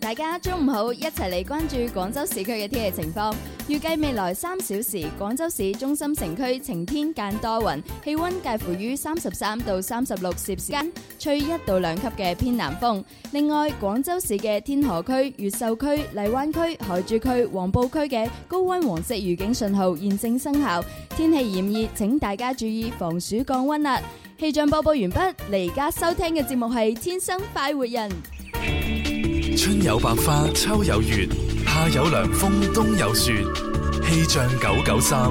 大家中午好，一齊嚟關注廣州市區嘅天氣情況。預計未來三小時，廣州市中心城區晴天間多雲，氣温介乎於三十三到三十六攝氏間，吹一到兩級嘅偏南風。另外，廣州市嘅天河區、越秀區、荔灣區、海珠區、黃埔區嘅高温黃色預警信號現正生效，天氣炎熱，請大家注意防暑降温啦。氣象播報完畢，你而家收聽嘅節目係《天生快活人》。春有百花，秋有月，夏有涼風，冬有雪。氣象九九三，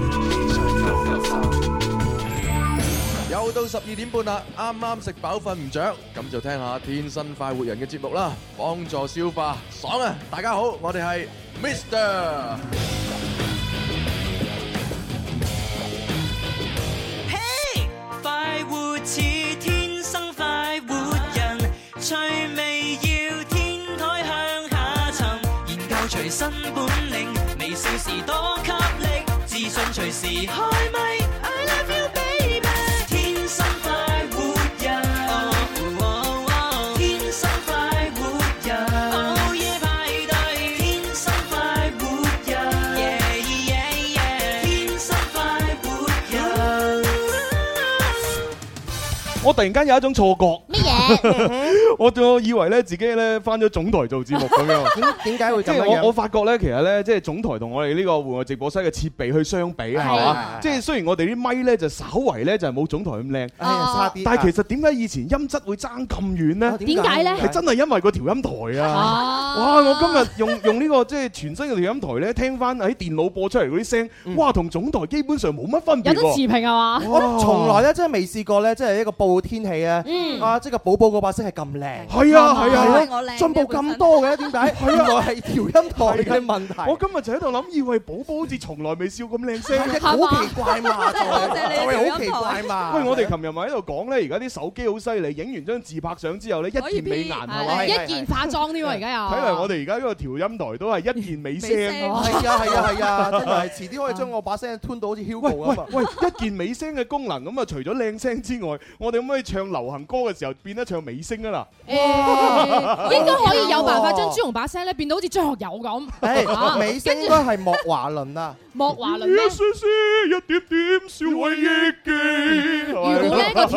又到十二點半啦，啱啱食飽瞓唔着，咁就聽下天生快活人嘅節目啦，幫助消化，爽啊！大家好，我哋係 Mr。嘿，快活似天生快活人，趣味要天台向下沉，研究隨身本領，微笑時多給力，自信隨時開咪。I love you baby，天生快活人，哦哦天生快活人，哦耶派對，天生快活人，耶耶耶，天生快活人。我突然間有一種錯覺，乜嘢？ 我仲以為咧自己咧翻咗總台做節目咁樣。 點解會即咁係 Ờ, 樣我我發覺咧，其實咧，即係總台同我哋呢個戶外直播室嘅設備去相比啊，係嘛？係即係雖然我哋啲咪咧就稍為咧就係冇總台咁靚，啊差啲但係其實點解以前音質會爭咁遠呢？點解點解呢係真係因為個調音台啊！哇！我今日用用呢個即係全新嘅調音台咧，聽翻喺電腦播出嚟嗰啲聲，哇，同總台基本上冇乜分別喎。嘛？我從來咧真係未試過咧，即係一個報天氣咧，啊，即係個寶寶嗰把聲係咁靚。係啊係啊係咯進步咁多嘅，點解？原 來係調音台嘅問題。我今日就喺度諗，以為寶寶好似從來未笑咁靚聲，係嘛好奇怪嘛就係 真係多謝你嘅就係好奇怪嘛喂，我哋琴日咪喺度講咧，而家啲手機好犀利，影完張自拍相之後咧，一鍵美顏係 à, 嘛，一件化妝添喎，而家又。睇嚟我哋而家嗰個調音台都係一鍵美聲。係啊係啊係啊，真係遲啲可以將我把聲吞到好似 Hugo 喂咁啊！喂，一鍵美聲嘅功能咁啊，除咗靚聲之外，我哋可唔可以唱流行歌嘅時候變得唱美聲啊啦？誒應該可以有辦法將朱紅紅把聲咧變到好似張學友咁。 誒，啊美聲應該係莫華 倫啊。莫華倫咧。如果咧個調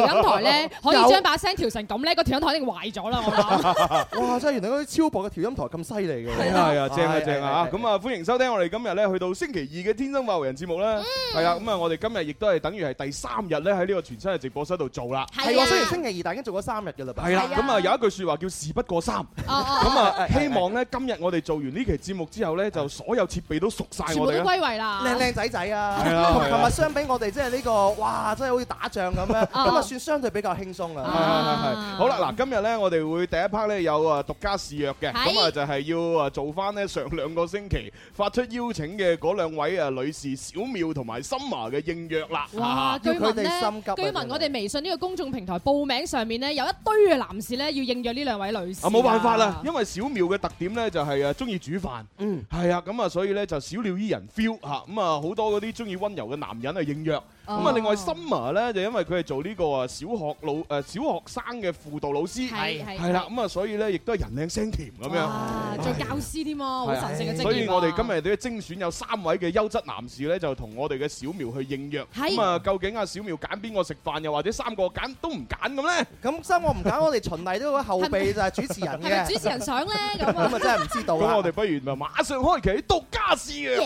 音台咧可以將把聲調成咁咧，個調音台一定壞咗啦！我諗。哇！真係原來嗰啲超薄嘅調音台咁犀利嘅喎。係啊係啊，正啊係正啊嚇！咁啊，歡迎收聽我哋今日咧去到星期二嘅《天生快活人》節目啦。係啊，咁啊，我哋今日亦都係等於係第三日咧喺呢個全新嘅直播室度做啦。係啊喎，雖然星期二，但已經做咗三日嘅啦。係啦，咁啊有一句説話叫事不過三，哦咁啊係係 希望咧今日我哋做完呢期節目之後咧，就所有設備都熟晒全部我都哋歸啦。位啦。靚靚仔仔啊！係啊同係啊琴日相比，我哋即係呢個哇，真係好似打仗咁樣，啊咁啊算相對比較輕鬆係啦。係係啊係，好啦，嗱，今日咧我哋會第一 part 咧有啊獨家試約嘅，係咁啊就係要啊做翻咧上兩個星期發出邀請嘅嗰兩位啊女士小妙同埋森華嘅應約啦。哇！啊據聞咧，據聞我哋微信呢個公眾平台報名上面咧，有一堆嘅男士咧要應約呢兩位女士。啊冇辦法啦，因為小妙嘅特點咧就係誒中意煮飯，嗯，係啊，咁啊所以咧就小鳥依人 feel 嚇，咁啊好多嗰啲中意温柔嘅男人啊應約。咁啊，另外 Summer 咧就因為佢係做呢個啊小學老誒小學生嘅輔導老師，係係係啦，咁啊所以咧亦都係人靚聲甜咁樣。啊做教師添喎，好係啊神聖嘅職業啊。所以我哋今日都要精選有三位嘅優質男士咧，就同我哋嘅小苗去應約。係咁啊，究竟阿小苗揀邊個食飯，又或者三個揀都唔揀咁咧？咁三個唔揀，我哋循例都會後 備就係主持人係咪嘅。主持人想咧咁啊？咁啊真係唔知道啦咁我哋不如咪馬上開啟獨家試約。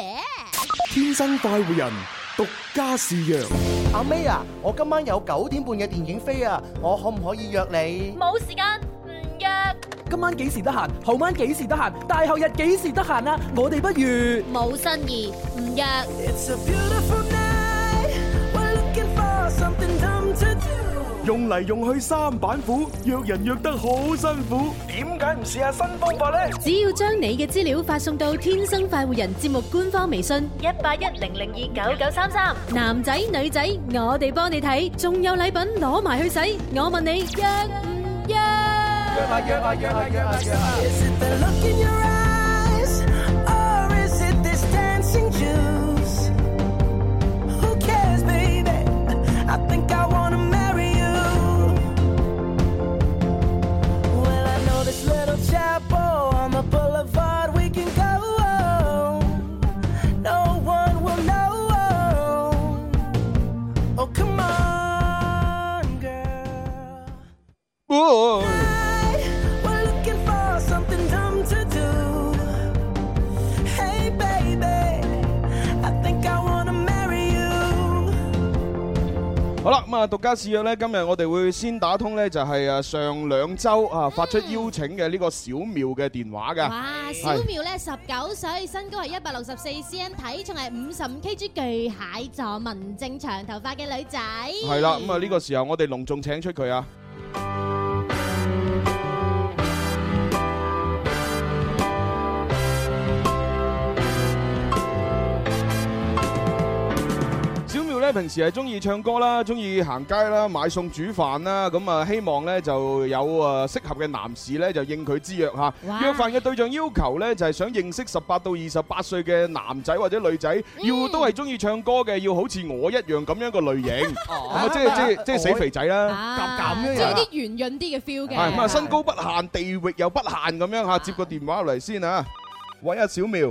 天生快活人，獨家試約。阿 May 啊，我今晚有九點半嘅電影飛啊，我可唔可以約你？冇時間，唔約。今晚幾時得閒？後晚幾時得閒？大後日幾時得閒啊？我哋不如冇新意，唔約。用嚟用去三板斧，約人約得好辛苦。點解唔試下新方法呢？只要將你嘅資料發送到《天生快活人》節目官方微信，一八一零零二九九三三，男仔女仔，我哋幫你睇，仲有禮品攞埋去使。我問你約唔約？約啊約啊約啊約啊約啊！Oh, 好啦，咁啊，獨家試約呢，今日我哋會先打通呢，就係誒上兩週啊發出邀請嘅呢個小妙嘅電話嘅。哇！小係苗咧十九歲，身高係一百六十四 cm，體重係五十五 kg，巨蟹座，文靜長頭髮嘅女仔。係啦，咁啊呢個時候我哋隆重請出佢啊！小妙咧平時係中意唱歌啦，中意行街啦，買餸煮飯啦，咁啊希望咧就有誒適合嘅男士咧就應佢之約嚇。約飯嘅對象要求咧就係想認識十八到二十八歲嘅男仔或者女仔，要都係中意唱歌嘅，要好似我一樣咁樣個類 型，咁啊即係即係即係死肥仔 À, 啦，即 Dạ. 係有啲圓潤啲嘅 feel 嘅。係咁啊身高不限，地域又不限咁樣嚇，接個電話嚟先嚇。喂啊，小妙，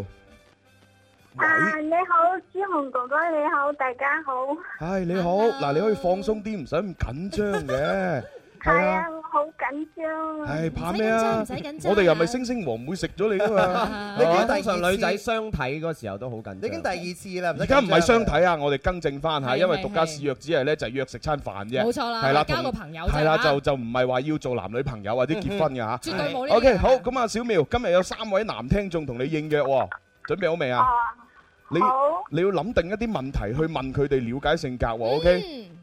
啊，你好，朱紅哥哥，你好，大家好。唉你好，嗱你可以放鬆啲，唔使咁緊張嘅，係啊，我好緊張嗯啊。唉，怕咩啊？ 我哋又咪星星王唔會食咗你噶 嘛？你已經係嘛第二次通常女仔相睇嗰時候都好緊你已經第二次啦，唔使而家唔係緊張相睇啊，我哋更正翻嚇，係因為係獨家試約只係咧就係約食餐飯啫，冇錯啦係啦，交同個朋友啫係啦，嚇就就唔係話要做男女朋友或者結婚嘅嚇，嗯哼絕對冇呢啲 O K，好咁啊，小苗，今日有三位男聽眾同你應約喎，準備好未啊？你好你要諗定一啲問題去問佢哋了解性格喎，O K。嗯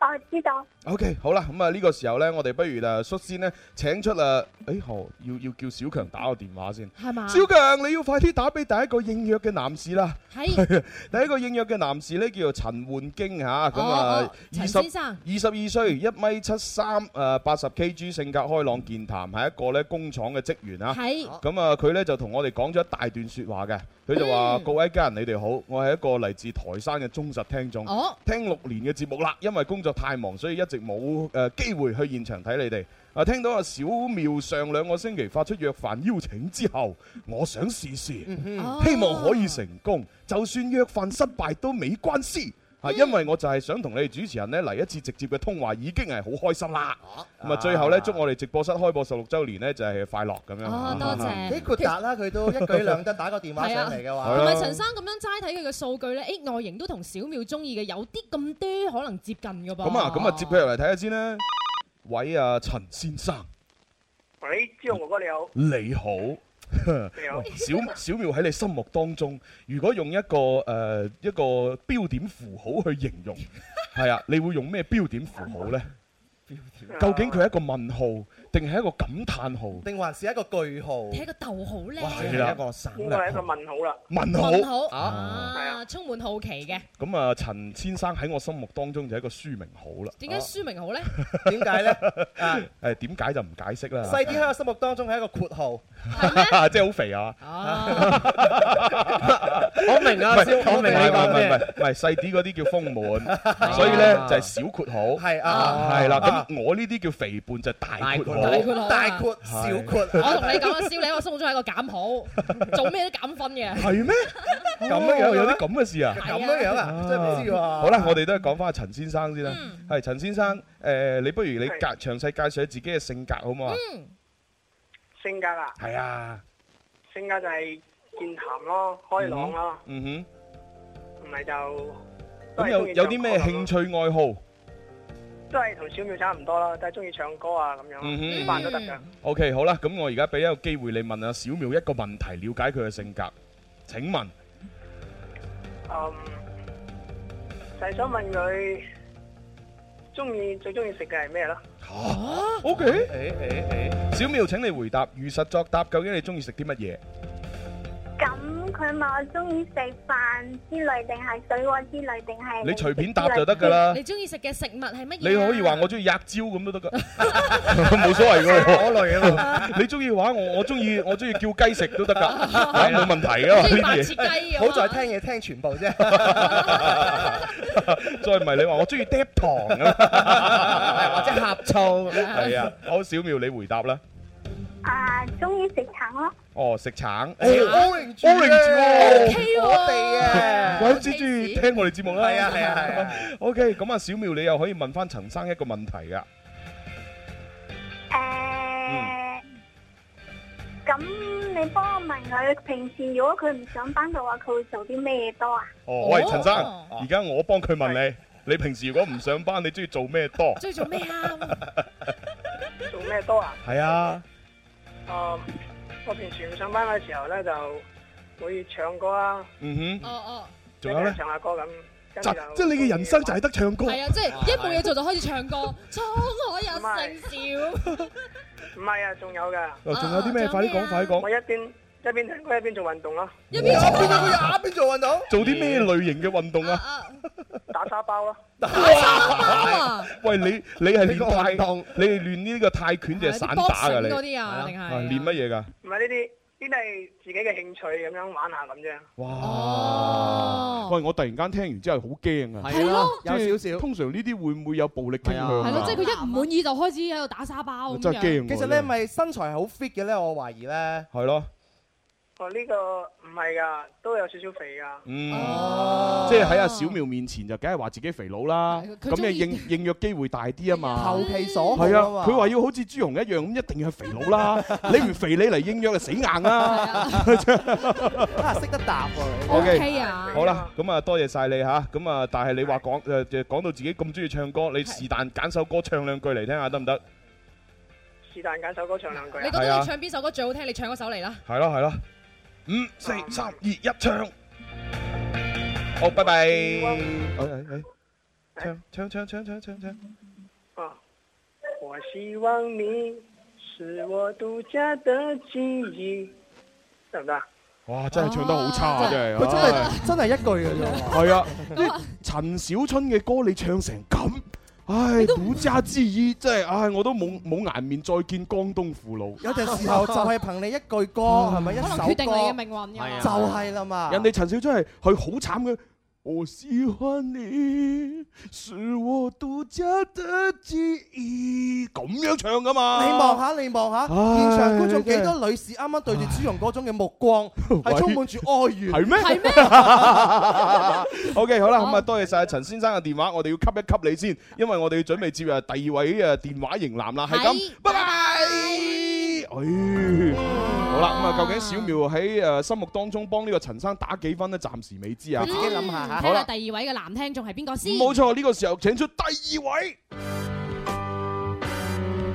我哦知道。 OK，好啦，咁啊呢個時候呢，我哋不如誒率先呢請出誒，誒何要要叫小強打個電話先，係嘛小強，你要快啲打俾第一個應約嘅男士啦。係第一個應約嘅男士呢，叫做陳焕京嚇，咁哦哦啊二陳十先生二十二歲，一米七三，誒八十 kg，性格開朗健談，係一個呢工廠嘅職員啊。係咁啊，佢呢就同我哋講咗一大段説話嘅，佢就話：嗯各位家人，你哋好，我係一個嚟自台山嘅忠實聽眾。哦聽六年嘅節目啦，因為工作太忙，所以一直冇誒機會去現場睇你哋。啊，聽到阿小妙上兩個星期發出約飯邀請之後，我想試試，嗯哦希望可以成功。就算約飯失敗都沒關係。嗯啊，因為我就係想同你哋主持人呢嚟一次直接嘅通話，已經係好開心啦。咁啊，最後呢，祝我哋直播室開播十六週年呢，就係快樂咁樣。啊哦多謝嚇幾豁達啦佢都一舉兩得打個電話上嚟嘅話同埋陳生咁樣齋睇佢嘅數據咧，誒外形都同小妙中意嘅有啲咁多可能接近嘅噃。咁啊，咁啊，接佢入嚟睇下先啦。喂啊，陳先生。喂，朱紅哥哥你好，你好。好 小小妙喺你心目當中，如果用一個誒、呃一個標點符號去形容，係啊，你會用咩標點符號呢？究竟佢係一個問號，定係一個感嘆號？定還是一個句號？睇一個逗號咧，係啦，應該係一個問號啦。問號問號啊！啊，充滿好奇嘅。咁啊，陳先生喺我心目當中就係一個書名號啦。點解書名好咧？點解咧？誒點解就唔解釋啦。細啲喺我心目當中係一個括號。 即係好肥啊！哦 我明啊唔係蕭我明你講咩哦唔係唔係唔係唔係細啲嗰啲叫豐 滿，所以咧就係小括號。係啊係啦。啊咁我呢啲叫肥胖就係大括號。大括號啊大括係小括。我同你講啊，笑你喺我心目中係一個減號，做咩都減分嘅。係咩？ 咁樣樣有啲咁嘅事啊？咁樣樣啊，真係唔知喎。好啦，我哋都係講翻阿陳先生先啦。係陳先生，誒，你不如你介詳細介紹下自己嘅性格好唔好啊？性格啊，係啊，性格就係健談咯，開朗咯，嗯唔係就哼。咁有有啲咩興趣愛好？都係同小妙差唔多啦，都係中意唱歌啊咁樣嗯哼，扮都得㗎。 O K，好啦，咁我而家俾一個機會你問阿小妙一個問題，了解佢嘅性格。請問嗯，就係想問佢中意最中意食嘅係咩咯？ ，O K，小妙請你回答，如實作答，究竟你中意食啲乜嘢？咁佢問我中意食飯之類，定係水果之類，定係你隨便答就得㗎啦你中意食嘅食物係乜嘢？啊你可以話我中意吔蕉咁都得㗎，哎 冇所謂㗎。我類啊 嘛。你中意嘅話，我我中意我中意叫雞食 都得㗎，啊冇問題㗎中意嘛白呢切啲雞啊嘛好在聽嘢聽全部啫。嘢。 再唔係你話我中意嗒糖 啊，或者呷醋。係啊，好小妙你回答啦。啊，中意食橙咯。哦，食橙。哦 orange 喎 OK 喎我哋啊 鬼知中意聽我哋節目啦。係啊係啊係啊。 OK，咁啊，小妙你又可以問翻陳生一個問題噶。誒，咁你幫我問佢，平時如果佢唔上班嘅話，佢會做啲咩嘢多啊？哦，喂，哦陳生，而家我幫佢問你。你平時如果唔上班，你中意做咩多？中意做咩 啊？做咩多啊？係啊。誒，我平時唔上班嘅時候咧，就會唱歌啊，嗯哼，哦哦，仲有呢唱下歌咁，跟就住就即係你嘅人生就係得唱歌。係啊，即係一冇嘢做就開始唱歌，滄海一聲笑。唔係啊，仲有㗎。哦仲有啲咩啊仲有咩啊快啲講快啲講我一邊一邊聽歌一邊做運動咯。一邊做運動一邊做運動。做啲咩類型嘅運動啊？打沙包咯。啊喂，你你係練泰，你係練呢個泰拳定係散打㗎？係啲 boxing 你嗰啲啊定係練乜嘢㗎？唔係呢啲，呢啲係自己嘅興趣咁樣玩下咁啫。哇！喂，我突然間聽完之後好驚啊！係咯即係有少少通常呢啲會唔會有暴力傾向啊？係咯，即係佢一唔滿意就開始喺度打沙包咁真係驚樣。喎其實你係咪身材係好 fit 嘅咧？我懷疑咧。係咯，哦，呢個唔係㗎，都有少少肥㗎。嗯，即係喺阿小妙面前就梗係話自己肥佬啦，佢咁鍾你意應應約機會大啲啊 嘛。投其所好係啊嘛啊，佢話要好似朱紅一樣咁，一定要係肥佬 啦。你唔肥你嚟應約就死硬啦。啊，識得答喎。 OK 好啦，咁啊多謝晒你吓，咁啊但係你話講誒講到自己咁中意唱歌，你是但揀首歌唱兩句嚟聽下得唔得？是但揀首歌唱兩句啊。你覺得你唱邊首歌最好聽？你唱嗰首嚟啦。係咯係咯，五四三二一唱。好，拜拜。哎唱唱唱唱唱唱唱。啊，我希望你是我獨家的記憶，得唔得？啊哇！真係唱得好差啊，真係。佢真唉係真係一句嘅啫喎。係啊，啲陳小春嘅歌你唱成咁，唉，古家之意，真係唉，我都冇冇顏面再見江東父老。嗯有陣時候就係憑你一句歌，係咪一可能首決定你嘅命歌，運㗎係嘛啊就係啦嘛人哋陳小春係佢好慘嘅。我喜歡你，是我獨家的記憶，咁樣唱噶嘛？你望下，你望下，唉現場觀眾幾真多女士啱啱對住朱容嗰種嘅目光，係充滿住哀怨。 係咩？係咩？ O K，好啦，咁啊，多謝晒陳先生嘅電話，我哋要吸一吸你先，因為我哋要準備接啊第二位誒電話型男啦，係咁，拜拜。哎好啦，咁啊，究竟小苗喺誒心目當中幫呢個陳生打幾分呢？暫時未知啊，嗯好睇下啦第，二位嘅男聽眾係邊個先？冇錯，呢個時候請出第二位。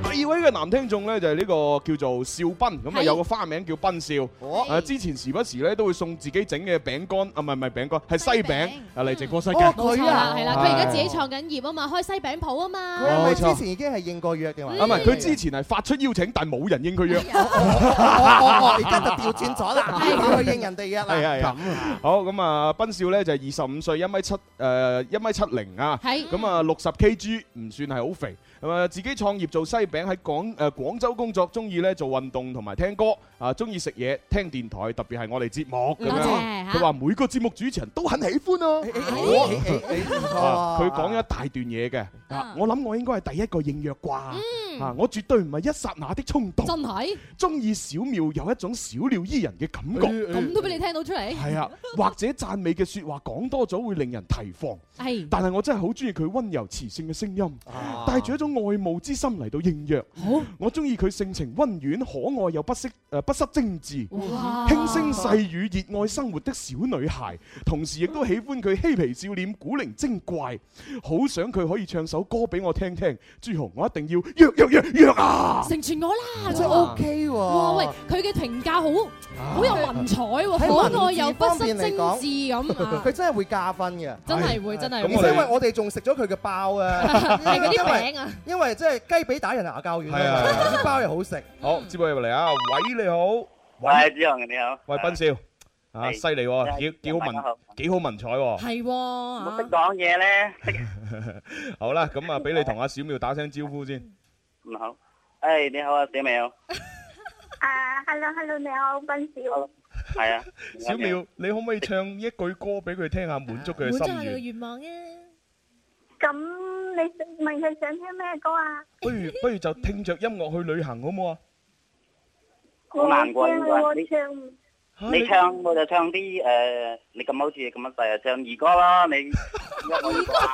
第二位嘅男聽眾呢，就係呢個叫做邵斌，咁啊係有個花名叫斌少。啊，之前時不時呢，都會送自己整嘅餅乾，啊唔係唔係餅乾，係西餅啊嚟直播室嘅。冇錯啦，係啦，哦佢而家自己係創緊業啊嘛，開西餅鋪啊嘛。哦係咪冇錯之前已經係應過約嘅話？啊唔係，佢之前係發出邀請，但冇人應佢約。我我我而家就調轉咗啦，係去應人哋約啦。係係咁好咁啊，斌少咧就係二十五歲，一米七誒一米七零啊，係咁啊六十 kg 唔算係好肥。咁啊，自己創業做西餅喺廣誒廣州工作，中意咧做運動同埋聽歌，啊中意食嘢聽電台，特別係我哋節目咁多樣謝。佢話每個節目主持人都很喜歡啊。啊佢講咗一大段嘢嘅，啊我諗我應該係第一個應約啩。啊，我絕對唔係一剎那的衝動。真係中意小妙有一種小鳥依人嘅感覺。咁都俾你聽到出嚟。係啊，或者讚美嘅説話講多咗會令人提防。係但係我真係好中意佢温柔磁性嘅聲音，帶住一種愛慕之心嚟到應約。我中意佢性情温婉、可愛又不失誒不失精緻，哇輕聲細語、熱愛生活的小女孩，同時亦都喜歡佢嬉皮笑臉、古靈精怪。好想佢可以唱首歌俾我聽聽。朱紅，我一定要約約約約啊！成全我啦，真係 OK 喎哇喂，佢嘅評價好好有文采喎，可愛又不失精緻咁 啊！佢真係會加分嘅，真係會真係會而且因為我哋仲食咗佢嘅包啊， 係嗰啲因為餅啊，因為即係雞髀打人牙較軟係啊係啊啊，啲包又好食。好，接佢入嚟啊！喂，你好，喂，子雄你好，喂，斌少，啊，係犀利喎，幾幾好大家文好，幾好文采喎。係喎，識講嘢咧，識 好啦，咁啊，俾你同阿小妙打聲招呼先。唔好。诶，你好啊，小苗，啊，hello hello，你好，斌少。系啊， 小妙，你可唔可以唱一句歌俾佢聽下，滿足佢嘅心願？願望啊！咁你問佢想聽咩歌啊？不如不如就聽着音樂去旅行好唔好啊？好難過我驚啊應該我你唱唔你唱我就唱啲诶，誒你咁好似咁樣細啊，唱兒歌啦，你約我兒歌啊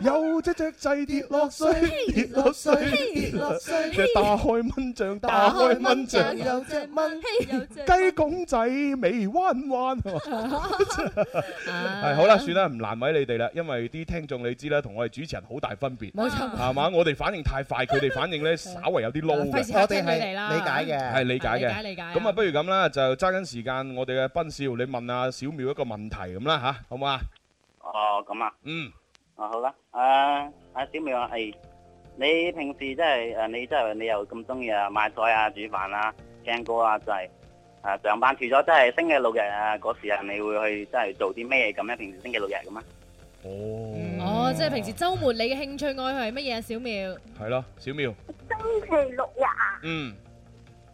有隻雀仔跌落水，跌落水，跌落水。隻打開蚊帳，打開蚊帳，有隻蚊，有隻雞公仔尾彎彎。係好啦，算啦，唔難為你哋啦，因為啲聽眾你知啦，同我哋主持人好大分別，冇錯係嘛？我哋反應太快，佢哋反應 咧稍為有啲撈費事嘅，嚇親佢哋啦我哋係理解嘅係理解理解嘅，理解咁啊，不如咁啦，就揸緊時間，我哋嘅斌少，你問阿小妙一個問題咁啦吓，好唔好啊？哦，咁啊，嗯，啊好啦，啊阿小妙啊，係你平時真係誒，你真係你又咁中意啊買菜啊、煮飯啊、聽歌啊，就係誒上班除咗真係星期六日啊嗰時啊，你會去真係做啲咩咁咧？平時星期六日咁啊？哦，即係平時週末你嘅興趣愛好係乜嘢啊？小妙，係咯，小妙，星期六日啊，嗯，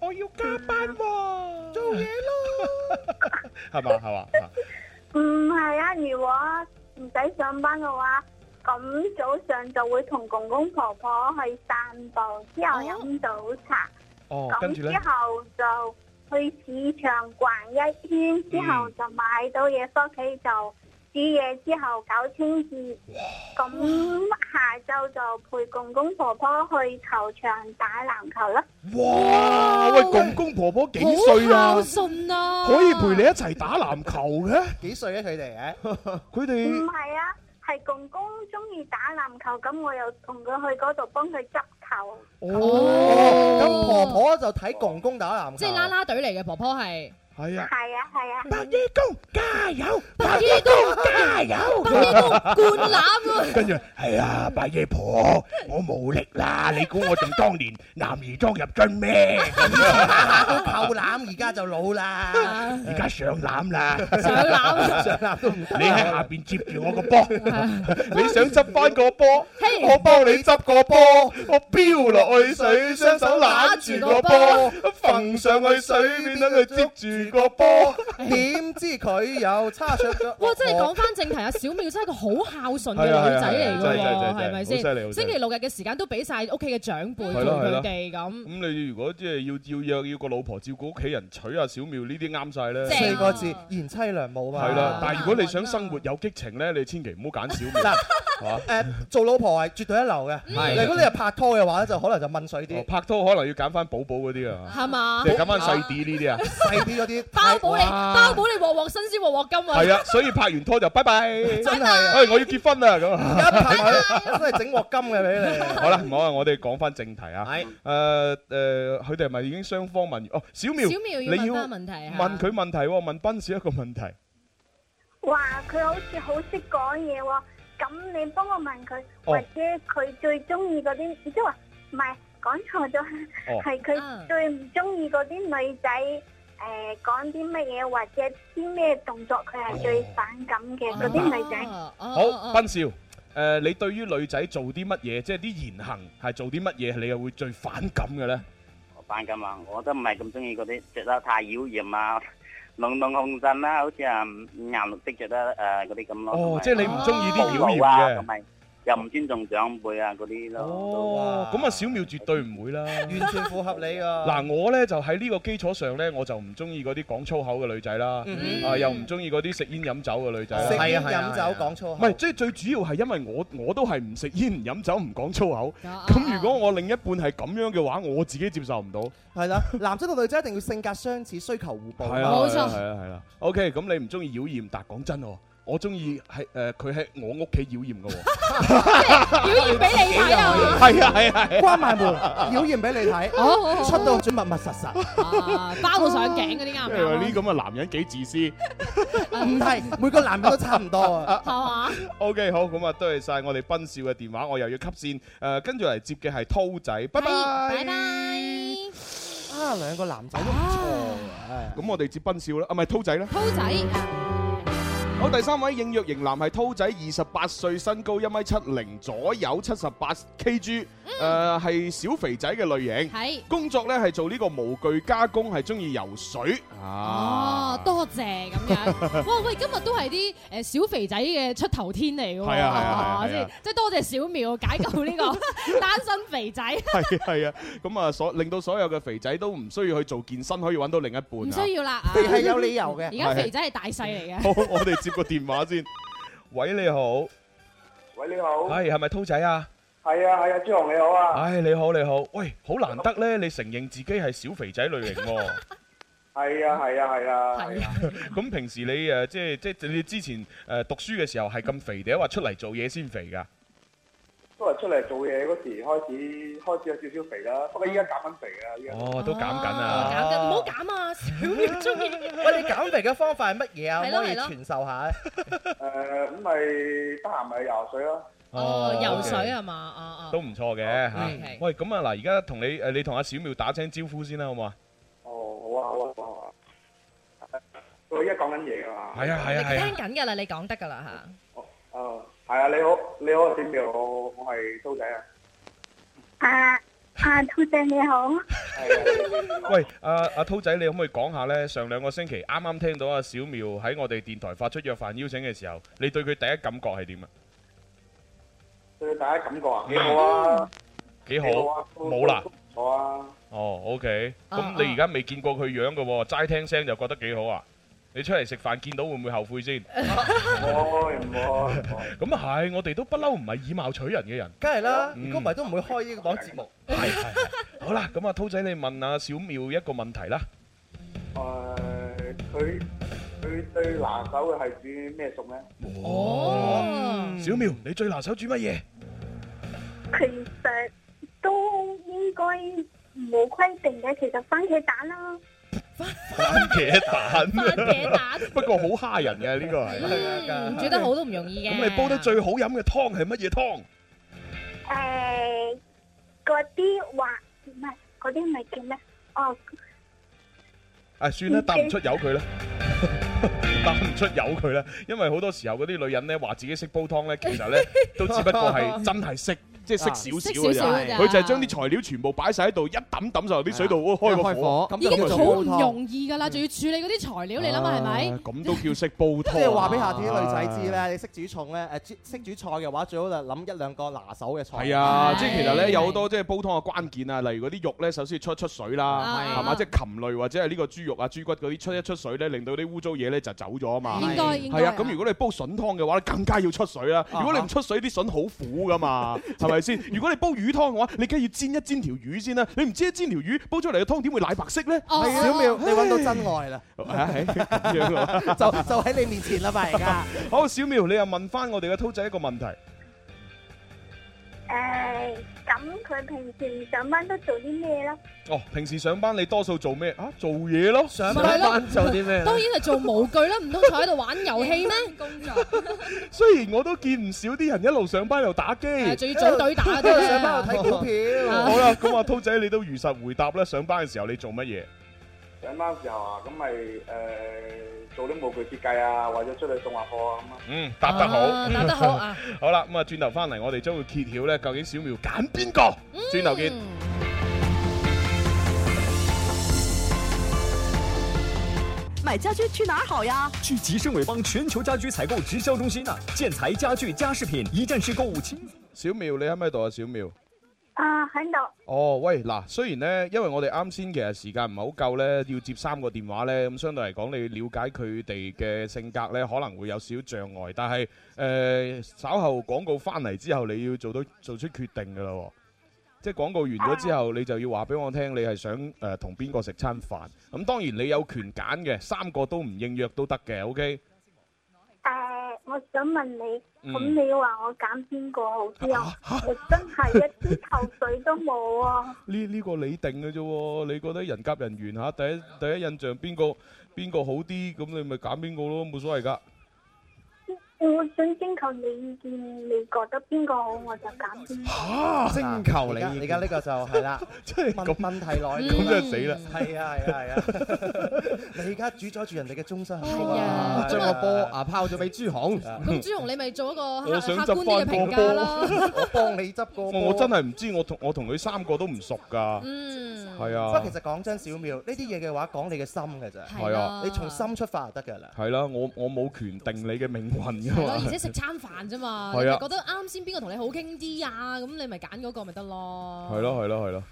我要加班喎，做嘢咯。係嘛係嘛，唔係啊，如果唔使上班嘅話，咁早上就會同公公婆婆去散步，之後飲早茶。 哦咁、跟住之咧後就去市場逛一圈，之後就買到嘢翻屋企就煮嘢，之後搞清潔。咁下晝就陪公公婆婆去球場打籃球啦。哇！喂，公公婆婆幾歲啊？順啊可以陪你一齊打籃球嘅？幾歲啊？佢哋誒， 佢唔哋係啊，係公公中意打籃球，咁我又同佢去嗰度幫佢執球。哦，咁婆婆就睇公公打籃球，即係啦啦隊嚟嘅婆婆係。係啊，係啊，係啊。白衣公加油！白衣公加油！白衣公灌籃啊！跟住係啊，八爺婆，我冇力啦！你估我仲當年男兒當入樽咩？扣籃而家就老啦，而家上籃啦，上籃上籃都唔得。你喺下邊接住我個波，你想執翻個波嘿，我幫你執個波，我飆落去水，雙手攬住個波，揈上去水面等佢接住 個波。點知佢又叉着腳？哇！真係講翻正題啊，小妙真係一個好孝順嘅女仔嚟㗎係啊係啊係喎，啊真係真係真係係咪好犀利好先？犀利星期六日嘅時間都俾晒屋企嘅長輩係陪咯係咯佢哋咁。咁你如果即係要要約要個老婆照顧屋企人，娶阿小妙呢啲啱晒咧。四個字，賢妻良母嘛。係啦，但係如果你想生活有激情咧，你千祈唔好揀小妙嗱。係嘛？誒做老婆係絕對一流嘅。係如果你 係拍拖嘅話咧，就可能就問水哦啲，拍拖可能要揀翻寶寶嗰啲啊，係嘛即係揀翻細啲呢啲啊，細啲嗰啲。 包保你，哇包保你鑊鑊新鮮鑊鑊金啊！係啊，所以拍完拖就拜拜，真係啊我要結婚啦咁啊。真係整鑊金嘅 俾你。好啦，唔好啊，我哋講翻正題啊。係誒誒，佢哋係咪已經雙方問？哦，小妙，小妙要你問翻問題啊問佢問題喎，問斌少一個問題。哇！佢好似好識講嘢喎，咁你幫我問佢，哦或者佢最中意嗰啲，即係話唔係講錯咗，係嗯佢哦最唔中意嗰啲女仔誒講啲乜嘢，或者啲咩動作佢係最反感嘅嗰啲女仔。哦好，斌少，誒，你對於女仔做啲乜嘢，即係啲言行係做啲乜嘢，你又會最反感嘅咧？我反感啊！我都唔係咁中意嗰啲着得太妖豔啊，濃濃紅陣啦，好似啊五顏六色着得誒嗰啲咁咯。哦同埋即係你唔中意啲妖暴豔嘅露啊同埋又唔尊重長輩啊嗰啲咯。哦，咁啊，小妙絕對唔會啦。完全符合 你啊！嗱，我呢就喺呢個基礎上呢，我就唔中意嗰啲講粗口嘅女仔啦，嗯啊又唔中意嗰啲食煙飲酒嘅女仔啦，食煙飲酒講粗唔口，係，即係最主要係因為我我都係唔食煙、唔飲酒、唔講粗口。咁如果我另一半係咁樣嘅話，我自己接受唔到。係啦，男仔同女仔一定要性格相似，需求互補。係啦，係啦係啦，係啦。OK，咁你唔中意妖豔，但係講真喎，我中意係誒佢喺我屋企妖豔嘅喎。表現俾你睇啊！ 係啊係啊係啊！關埋門，妖豔俾你睇好好，好出到嘴密密實實，啊包到上頸嗰啲啱唔因為呢啱咁嘅男人幾自私。唔係每個男人都差唔多 啊。啊？ OK，好，咁啊，多謝晒我哋斌少嘅電話，我又要吸線。誒，跟住嚟接嘅係濤仔，拜拜。拜拜。啊，兩個男仔都唔錯啊。咁我哋接斌少啦，啊，唔係濤仔啦。係啊，仔。好，第三位應約型男係濤仔，二十八歲，身高一米七零左右，七十八 kg，誒係小肥仔嘅類型。嗯係工作呢係做呢個模具加工，係中意游水。啊哦，，多謝咁樣。哇喂，今日都係啲誒小肥仔嘅出頭天嚟㗎喎，係啊係啊係啊嘛係啊即即係多謝小苗解救呢個單身肥仔， 係啊係啊，咁啊所令到所有嘅肥仔都唔需要去做健身，可以揾到另一半。唔需要啦，啊係有理由嘅而家肥仔係大細嚟嘅。好，我哋接個電話先。喂，你好。喂，你好。係係咪濤仔啊？係啊，係啊，朱紅你好啊。唉，你好你好，喂，好難得咧，你承認自己係小肥仔類型喎。係啊，係啊，係啊。係啊。咁平時你誒即係即係你之前誒讀書嘅時候係咁肥定，抑或出嚟做嘢先肥㗎？都係出嚟做嘢嗰時開始開始有少少肥啦，不過依家減緊肥啊，依家。哦，都減緊哦減啊！緊唔好減啊， 小妙中意。喂你減肥嘅方法係乜嘢啊係咯可唔可以係咯傳授下？誒，咁咪得閒咪游水咯。哦游水 OK 係嘛？啊啊。都唔錯嘅嚇 OK。喂，咁啊嗱，而家同你誒，你同阿小妙打聲招呼先啦，好唔好啊？哦，好啊，好啊，好啊。我依家講緊嘢啊嘛。係啊係啊 à. 係啊聽緊㗎啦，你講得㗎啦哦，係啊，你好，你好，小苗，我我係蘇仔啊。啊啊，兔仔你好，喂，阿阿濤仔，你可唔可以講下呢？上兩個星期啱啱聽到阿小妙喺我哋電台發出約飯邀請嘅時候，你對佢第一感覺係點啊？對大家感覺啊，幾好啊，幾好幾好啊，都冇啦都。唔錯啊。哦，OK，啊咁你而家未見過佢樣嘅喎，齋聽聲就覺得幾好啊！你出嚟食飯見到會唔會後悔先？會唔會？咁啊係，我哋都不嬲唔係以貌取人嘅人。梗係啦，嗯如果唔係都唔會開呢個檔節目。好啦，咁啊，濤仔你問阿小妙一個問題啦。啊誒，佢佢最拿手嘅係煮咩餸咧？哦，小妙，你最拿手煮 乜嘢？其實都應該冇規定嘅，其實番茄蛋啦，番茄蛋。番茄蛋。 不過好蝦人嘅呢個係。嚇，嗯唔煮得好都唔容易嘅。咁你煲得最好飲嘅湯係乜嘢湯？誒嗰啲話唔係嗰啲咪叫咩？哦，啊，算啦，答唔出由佢啦。 答唔出由佢啦，因為好多時候嗰啲女人咧話自己識煲湯咧，其實咧都只不過 係真係識，即係啊識啊少少嘅啫，佢就係啊將啲材料全部擺晒喺度，一抌抌晒落啲水度，係啊哦開個開火咁咁已就經叫好做唔容易㗎啦，仲要處理嗰啲材料，你諗下係咪啊？咁都叫識 煲湯。即係話俾下啲女仔知咧，你識煮餸咧，誒識煮菜嘅話，最好就諗一兩個拿手嘅菜。係啊，即係其實咧有好多即係煲湯嘅關鍵啊，例如嗰啲肉咧，首先要出一出水啦，係係嘛，即係禽類或者係呢個豬肉啊、豬骨嗰啲出一出水咧，令到啲污糟嘢咧就走咗啊嘛。應該應該啊係啊，咁如果你煲筍湯嘅話，更加要出水啦。如果你唔出水，啲筍好苦 噶嘛，係咪先？如果你煲魚湯嘅話，你梗係要煎一煎條魚先啦。你唔煎一煎條魚，煲出嚟嘅湯點會奶白色咧？哦小妙你揾到真愛啦！ 係咁樣啊 就就喺你面前啦啊嘛，而 家。好，小苗，你又問翻我哋嘅濤仔一個問題。誒咁佢平時上班都做啲咩咧？哦，平時上班你多數做咩啊？做嘢咯，上班上班做啲咩啊當然係做模具啦，唔通坐喺度玩遊戲咩？工作雖然我都見唔少啲人一路上班又打機，仲要組隊打啫上班又睇股啊票啊好啦，咁阿濤仔你都如實回答啦。上班嘅時候你做乜嘢？上班時候啊，咁咪誒做啲模具設計啊，或者出去送下貨啊咁啊。嗯，答得好，啊答得好啊！ 好啦，咁啊，轉頭翻嚟，我哋將會揭曉咧，究竟小苗揀邊個？轉頭見。买家具去哪儿好呀？去集盛伟邦全球家居采购直销中心啊，建材、家具、家饰品一站式购物清。小苗，你喺唔喺度啊？小苗。啊，喺度。哦，喂，嗱，雖然呢，因為我哋啱先其實時間唔係好夠呢，要接三個電話呢，咁相對嚟講，你了解佢哋嘅性格呢，可能會有少少障礙。但係誒、呃稍後廣告翻嚟之後，你要做到做出決定㗎啦喎。即係廣告完咗之後，你就要話俾我聽，你係想誒同邊個食餐飯。咁、當然你有權揀嘅，三個都唔應約都得嘅，OK？誒，我想問你，嗯咁你話我揀邊個好啲啊？我真係一啲頭緒都冇啊！呢呢個你定嘅啫喎，你覺得人夾人緣嚇，第一第一印象邊個邊個好啲，咁你咪揀邊個咯，冇所謂㗎。我想徵求你意見，你覺得邊個好我就揀邊個。徵求你而家呢個就係 啦，即係問問題來咁就死啦係啊係啊 係啊！你而家主宰住人哋嘅終身幸福係啊啊！將個波啊拋咗俾朱紅，咁朱紅你咪做一個客我想客觀啲嘅執翻評個價啦。 我幫你執個我波。 我真係唔知，我同我同佢三個都唔熟㗎。嗯，係不過其啊，實講真，小妙呢啲嘢嘅話，講你嘅心嘅啫。係啊你從心出發就得㗎啦。係啦，我我冇權定你嘅命運係咯，㗎嘛而。且食餐飯啫嘛，你係啊咪覺得啱先邊個同你好傾啲啊？咁你咪揀嗰個咪得咯。 係咯係咯係咯。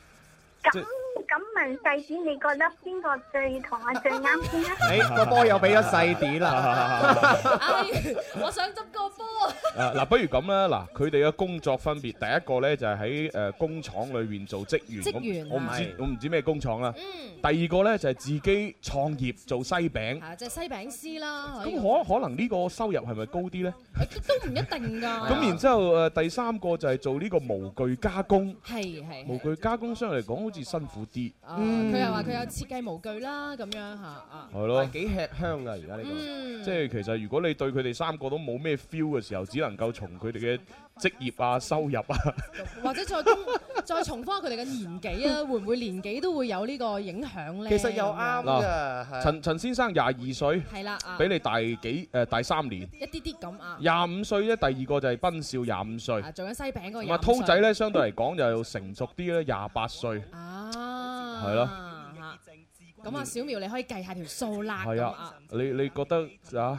咁咁問細子，你覺得邊個最同我最啱 先啊？個波又俾咗細啲啦。唉，我想執個波。 啊嗱，不如咁啦，嗱，佢哋嘅工作分別，第一個咧就係喺誒工廠裏邊做職員，職員我唔我唔係知我唔知咩工廠啦。第二個咧就係自己創業做西餅，係就係西餅師啦，可以咁可可能呢個收入係咪高啲咧？都唔一定 㗎。咁然之後誒第三個就係做呢個模具加工，係係模具加工相對嚟講好似辛苦啲。啊佢又話佢有設計模具啦，咁樣嚇啊。係咯，幾吃香㗎而家呢嗯個，即係其實如果你對佢哋三個都冇咩 feel 嘅時候，只能夠從佢哋嘅職業啊、收 入啊，或者再公 再重翻佢哋嘅年紀啊，會唔會年紀都會有呢個影響咧？其實又啱嗱嘅，陳陳先生廿二歲，係啦啊比你大幾誒大三年，一啲啲咁啊，廿五歲咧，第二個就係斌少廿五歲啊，做緊西餅嗰個咁人。啊濤仔咧相對嚟講就成熟啲咧，廿八歲，啊，係咯啊咁啊，小苗你可以計下條數啦，係咁啊啊，，你你覺得啊，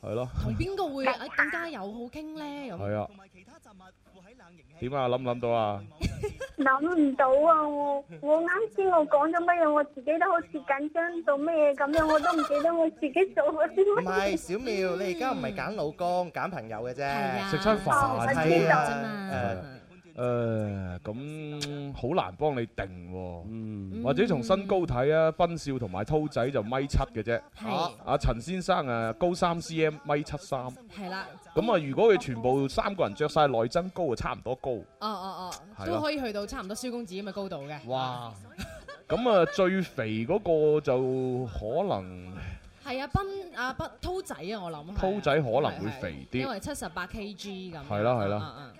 係咯，同邊個會啊更加友好傾咧？咁係啊，點啊諗唔諗到啊？嗯諗唔到啊！我我啱先我講咗乜嘢，我自己都好似緊張到乜嘢咁樣，我都唔記得我自己做咗啲乜嘢。唔係小妙，你而家唔係揀老公，揀朋友嘅啫，食餐飯係啫啊，誒咁好難幫你定喎，或者從身高睇啊，斌少同埋濤仔就米七嘅啫，係啊阿陳先生啊高三 cm 米七三，係啦，咁啊如果佢全部三個人着晒內增高啊，差唔多高，哦哦哦，係都咯可以去到差唔多蕭公子咁嘅高度嘅。哇！咁啊最肥嗰個就可能係啊，斌啊斌濤仔啊，我諗係濤仔可能會肥因啲，為七十八 kg 咁。係啦係啦啊啊啊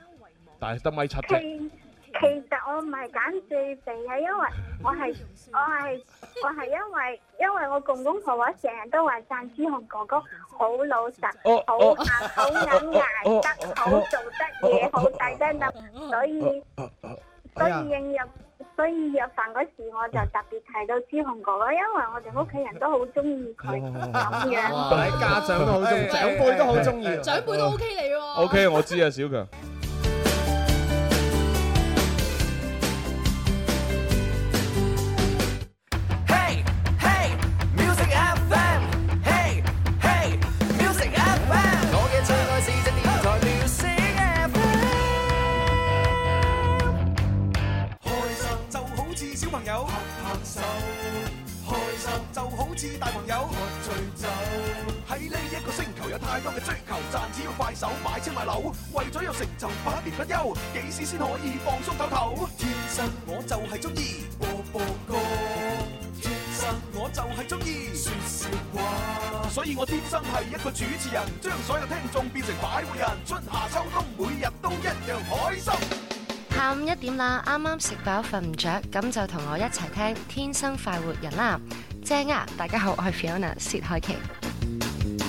但係得米七啫，其其實我唔係揀最肥，係因為我係我係我係因為因為我公公婆婆成日都話讚朱紅哥哥好老實，哦好硬好硬捱得好做得嘢好抵得諗，所以所以應入。所以入飯嗰時我就特別提到朱紅哥哥，因為我哋屋企人都好中意佢咁樣。家長都好中意，哎長輩都好中意，長輩都 OK 你喎。 O K，我知啊，小強。 Hey hey music FM Hey hey music FM 我嘅最愛是只電台 music FM 開心就好似小朋友拍拍手，開心就好似大朋友喝醉酒。喺呢一個星球有太多嘅追求，賺錢要快手買車買樓，為咗有成就百年不休，幾時先可以放鬆唞唞？天生我就係中意播播歌，天生我就係中意説笑話，所以我天生係一個主持人，將所有聽眾變成擺活人，春夏秋冬每日都一樣開心。下午一點啦，啱啱食飽瞓唔着，咁就同我一齊聽《天生快活人》啦，正啊！大家好，我係 Fiona 薛凱琪。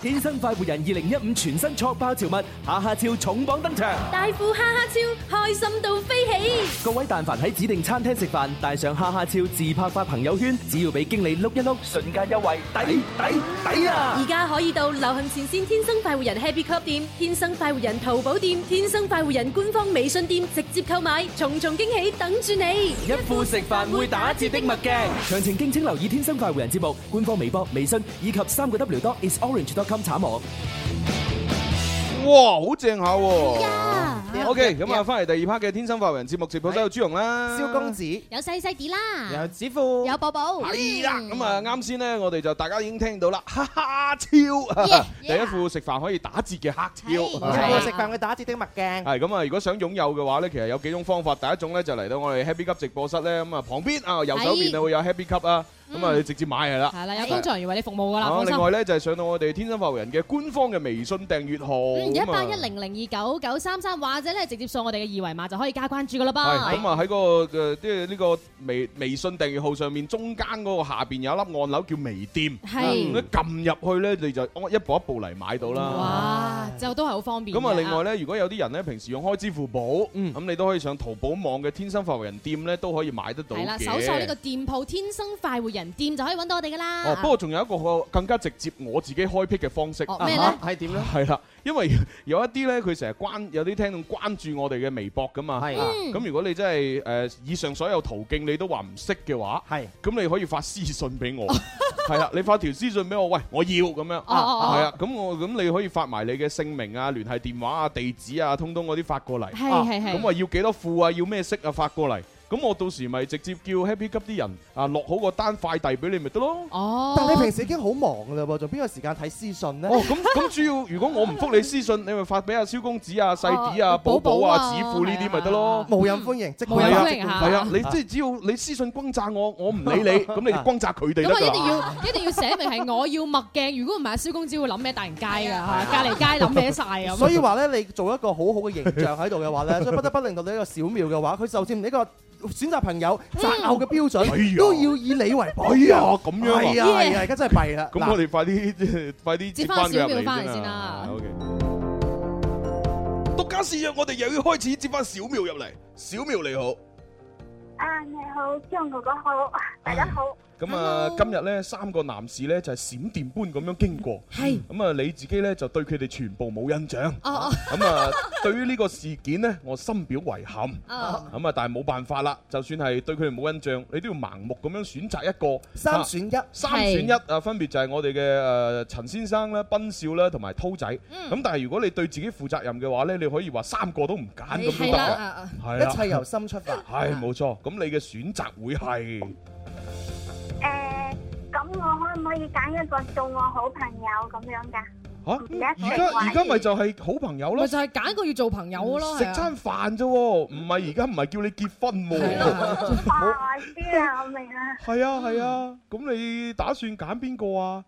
天生快活人二零一五全新挫爆潮物，下下超重磅登場。大富哈哈超，開心到飛起！各位但凡喺指定餐廳食飯，帶上哈哈超自拍發朋友圈，只要俾經理碌一碌，瞬間優惠，抵抵抵啊而！家可以到流行前線天生快活人 Happy Club 店、天生快活人淘寶店、天生快活人官方微信店直接購買，重重驚喜等住你。一副食飯會打折的墨鏡，詳情敬請留意《天生快活人》節目、官方微博、微信以及三個 W 多 isorange.com 查網。哇，好正下 Dạ. 喎！O K，咁啊，翻嚟第二 part 嘅《天生發人》節目直播室有朱容啦，蕭公子有細細啲啦，有子富，Dạ. 有寶寶，係啦。咁啊，啱先咧，我哋就大家已經聽到啦，哈哈超， 第一副食飯可以打折嘅黑 dạ. 超。我食飯佢打折的墨鏡。係咁啊！如果想擁有嘅話咧，其實有幾種方法。第一種咧就嚟到我哋 Happy Cup 直播室咧，咁啊旁邊啊右手邊啊會有 Happy Cup 啊，咁啊你直接買係啦。係啦，有工作人員為你服務㗎啦，啊放，心另。外咧就係上到我哋天生發人嘅官方嘅微信訂閱號。嗯一咁啊八一零零二九九三三，或者咧直接掃我哋嘅二維碼就可以加關注噶啦係噃。咁啊！喺嗰個誒，即係呢個微微信訂閱號上面中間嗰個下邊有一粒按鈕叫微店，啊係咁一撳入去咧，你就按一步一步嚟買到啦。哇，就都係好方便嘅。咁啊，另外咧，如果有啲人咧平時用開支付寶，嗯咁你都可以上淘寶網嘅天生發圍人店咧都可以買得到係啦，嘅。搜索呢個店鋪「天生快活人」人店就可以揾到我哋噶啦。哦，不過仲有一個好更加直接我自己開闢嘅方式，哦咩呢係點咧？ 係啦，因為有一啲咧，佢成日關有啲聽眾關注我哋嘅微博噶嘛。係啊嗯咁如果你真係誒以上所有途徑你都話唔識嘅話，係咁你可以發私信 俾我。係啦，你發條私信俾我，喂，我要咁樣，係哦哦啊，咁我咁你可以發埋你嘅姓名啊、聯繫電話啊、地址啊，通通嗰啲發過嚟。係啊係係咁啊，要幾多副啊？要咩色啊？發過嚟。咁我到時咪直接叫 Happy 急啲人啊落好個單快遞俾你咪得咯。哦但你平時已經好忙㗎啦喎，仲邊有時間睇私信呢？哦，咁咁主要，如果我唔覆你私信，你咪發俾阿蕭公子啊、細啲啊、哦寶寶寶啊、寶啊子富呢啲咪得咯。無人歡迎，即係啊即管係啊，你即係只要你私信轟炸我，我唔理 你，咁你就轟炸佢哋得咁啊，㗎一定啦。要一定要寫明係我要墨鏡，如果唔係，蕭公子會諗咩大人街㗎 嚇，隔離街諗咩晒啊咁。 所以話咧，你做一個好好嘅形象喺度嘅話 咧，所以不得不令到你一個小苗嘅話，佢就算呢個選擇朋友擇偶嘅標準，都要以你為本。哎呀，咁樣啊！係啊係啊，而家真係弊啦。 咁我哋快啲 快啲接接翻翻佢小入妙翻嚟嚟先先啦。啦。 OK。獨家試約，我哋又要開始接翻小妙入嚟。小妙你好。啊，你好，張哥哥好，大家好。咁啊，今日咧三個男士咧就係閃電般咁樣經過，係咁啊你自己咧就對佢哋全部冇印象，哦哦咁啊對於呢個事件呢，我深表遺憾，哦咁啊但係冇辦法啦，就算係對佢哋冇印象，你都要盲目咁樣選擇一個三啊選一三選一啊，分別就係我哋嘅誒呃陳先生啦、斌少啦同埋濤仔，嗯咁但係如果你對自己負責任嘅話咧，你可啊以話三個都唔揀咁都係得啦嘅啊，係啦一切由心出發。係冇錯，咁你嘅選擇會係誒，咁我可唔可以揀一個做我好朋友咁樣㗎？嚇唔該而家而家咪就係好朋友咯咪。就係揀個要做朋友咯，嗯食係啊餐飯啫喎，唔係而家唔係叫你結婚喎。哦，我知啦，我明啦。係啊係啊，咁你打算揀邊個啊？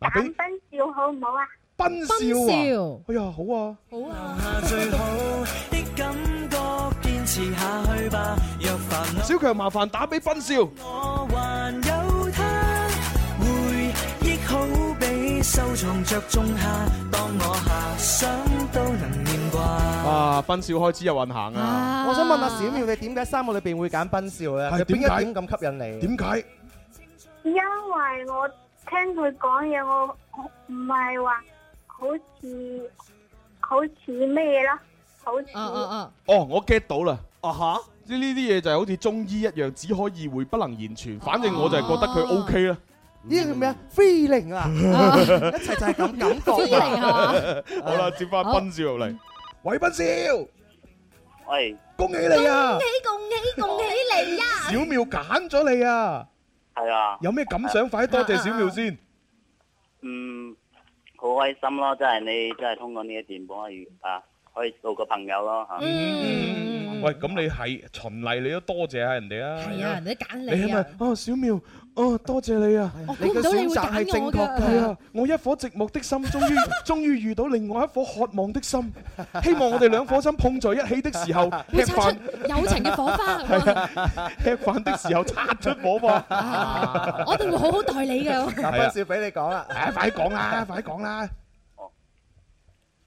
嗱，俾揀斌少好唔好啊？斌少啊！哎呀，好啊！好啊。最好的感覺，堅持下去吧。若煩惱，小強麻煩打俾斌少。我還有他，回憶好比收藏着種下，當我遐想都能念掛。哇，斌少開始有運行啊！我想問下小妙，你點解三個裏邊會揀斌少咧？係有邊點解一點咁吸引你？點解？因為我聽佢講嘢，我唔係話好似好似咩咯，好似哦，我 get 到啦。啊哈！呢呢啲嘢就係好似中醫一樣，只可意會不能言傳。反正我就係覺得佢 OK 啦。呢個叫咩啊？feeling 啊，嗯哦一切就係咁感覺啊。 好啦，接翻斌少入嚟。喂，斌少，喂，恭喜你啊！喜恭喜你啊！小妙揀咗你啊！係啊，有咩感想？快啲多謝小妙先。嗯，好開心咯，真係你真係通過呢一段可以啊，可以做個朋友咯嚇。喂，咁你係循例，你都多謝下人哋啊。係啊，人哋都揀你係你啊咪？哦，小妙，哦，多謝你啊！估唔到你會揀我㗎係啊！我一顆寂寞的心，終於終於遇到另外一顆渴望的心。希望我哋兩顆心碰在一起的時候，會吃擦飯出友情嘅火花咁樣， 吃飯的時候擦出火花。我一定會好好待你嘅。嗱，斌少俾你講 啦。啊，快講啦，快講啦。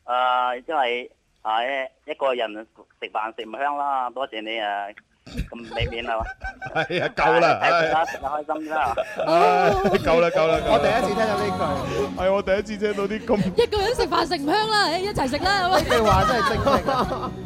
啊，因為啊一一個人食飯食唔香啦，多謝你啊咁俾面啊，係啊，夠啦，睇住啦，食得開心啦。唉夠啦，夠啦，夠啦我第一次聽到呢係我第一次聽到啲咁。一個人食飯食唔香啦，誒一齊食啦咁啊！呢句話真係正直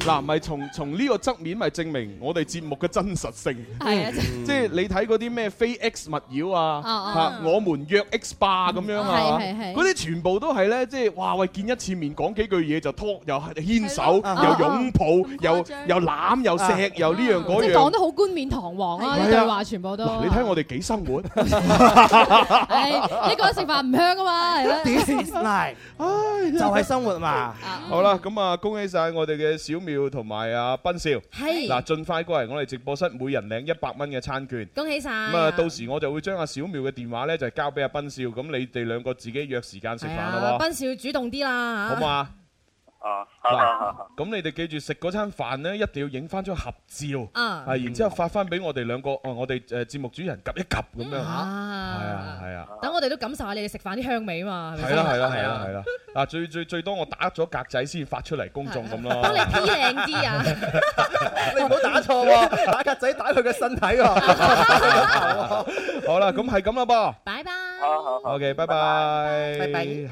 嗱，咪從從呢個側面咪證明我哋節目嘅真實性。係啊真即係你睇嗰啲咩非 X 勿擾啊啊啊，嚇我們約 X 霸咁樣啊，係係係嗰啲全部都係咧，即係哇喂見一次面講幾句嘢就拖，又牽手，係又咯擁抱，又又攬，又啊錫，又呢樣嗰即係樣。講得好冠冕堂皇啊！係啊啲對話全部都，嗱，你睇我哋 幾生活。係一個人食飯唔香啊嘛，係啦。 This is life，就係生活嘛。好啦，咁啊，恭喜晒我哋嘅小妙同埋阿斌少。係嗱，盡快過嚟我哋直播室，每人領一百蚊嘅餐券。恭喜晒！咁啊，到時我就會將阿小妙嘅電話咧，就交俾阿斌少。咁你哋兩個自己約時間食飯係啊，啦喎，斌啊少主動啲啦好嚇。嘛？哦，嗱，咁你哋記住食嗰餐飯咧，一定要影翻張合照，啊然之後發翻俾我哋兩個，哦，我哋誒節目主人及一及咁樣嚇，係啊，係啊。等我哋都感受下你哋食飯啲香味啊嘛，係咪係先啦係啦係啦係啦！嗱，最最最多我打咗格仔先發出嚟公眾咁咯。 幫你 P 靚啲啊！你唔好打錯喎，打格仔打佢嘅身體喎。好啦，咁係咁啦噃。拜拜。好好 OK，拜拜。拜拜唉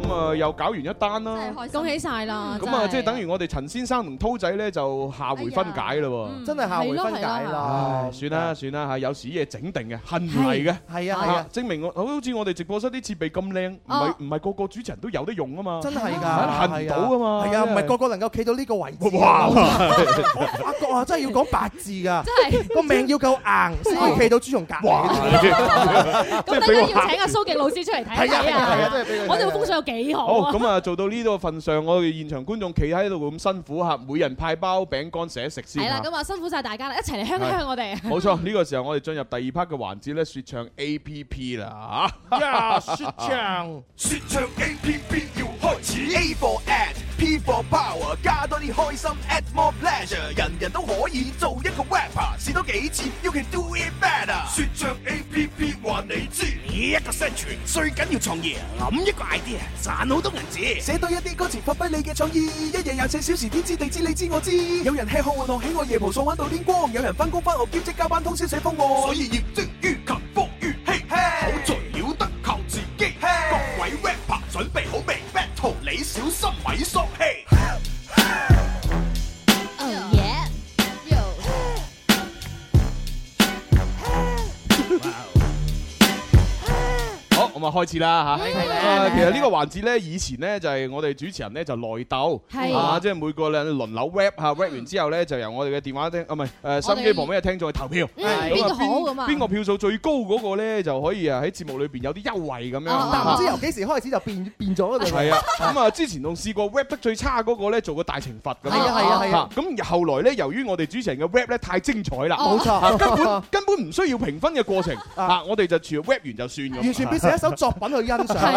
咁啊，又搞完一單啦。恭喜晒啦！咁啊，即真係係等於我哋陳先生同濤仔咧，就下回分解啦喎。嗯真係下回分解係咯係啦。唉，算啦算啦嚇，有時嘢整定嘅，恨唔嚟嘅，係啊係啊，證明我好似我哋直播室啲設備咁靚，唔哦係唔係個個主持人都有得用啊嘛，真係㗎，恨唔到啊嘛，係啊，唔係個個個能夠企到呢個位置。哇我發覺啊，真係要講八字㗎，真係哦個命要夠硬先可以企到朱紅隔哇離。咁等陣要請阿蘇敬老師出嚟睇係啊睇係啊係啊啊真係俾佢睇！我哋個風水有幾好好啊！咁啊，做到呢度份上，我哋現場觀眾企喺度咁辛苦嚇，每人派包餅乾食一食先係啦，嚇。咁啊辛苦晒大家啦，一齊嚟香一香我哋。 冇錯，呢個時候我哋進入第二 part 嘅環節咧，説唱 A P P 啦啊嚇。呀説唱説唱 A P P 要開始，A for ad，P for power，加多啲開心，add more pleasure，人人都可以做一個 rapper，試多幾次，you can do it better。説唱 A P P 話你知，呢一個生存最緊要創意，諗一個 idea，賺好多銀紙，寫多一啲歌詞，發揮你嘅創意，一日廿四小時，天知地知你知我知。有人吃喝玩樂，喜愛夜蒲，爽玩到天光，有人翻工翻學，兼職加班，通宵寫方案，所以業績於勤，福於嬉，好在了得靠自己。各位 rapper 準備好未？battle 你小心咪索氣。 Oh, 好，咁啊開始啦嚇。係啦啊係啦其實呢個環節咧，以前咧就係我哋主持人咧就內鬥，係啊，即係每個咧輪流 rap 嚇，rap 嗯完之後咧就由我哋嘅電話聽啊，唔係誒收音機旁邊嘅聽眾去投票，嗯邊個好咁啊邊個票數最高嗰個咧就可以啊喺節目裏邊有啲優惠咁哦樣。啊但唔知由幾時開始就變變咗啦。係啊， 咁啊，之前仲試過 rap 得最差嗰個咧，做個大懲罰咁樣。係啊係啊係啊嚇咁後來咧，由於我哋主持人嘅 rap 咧太精彩啦，冇錯啊根本根本唔需要評分嘅 過程啊，我哋就全部 rap 完就算咁。完全變成一首作品去欣係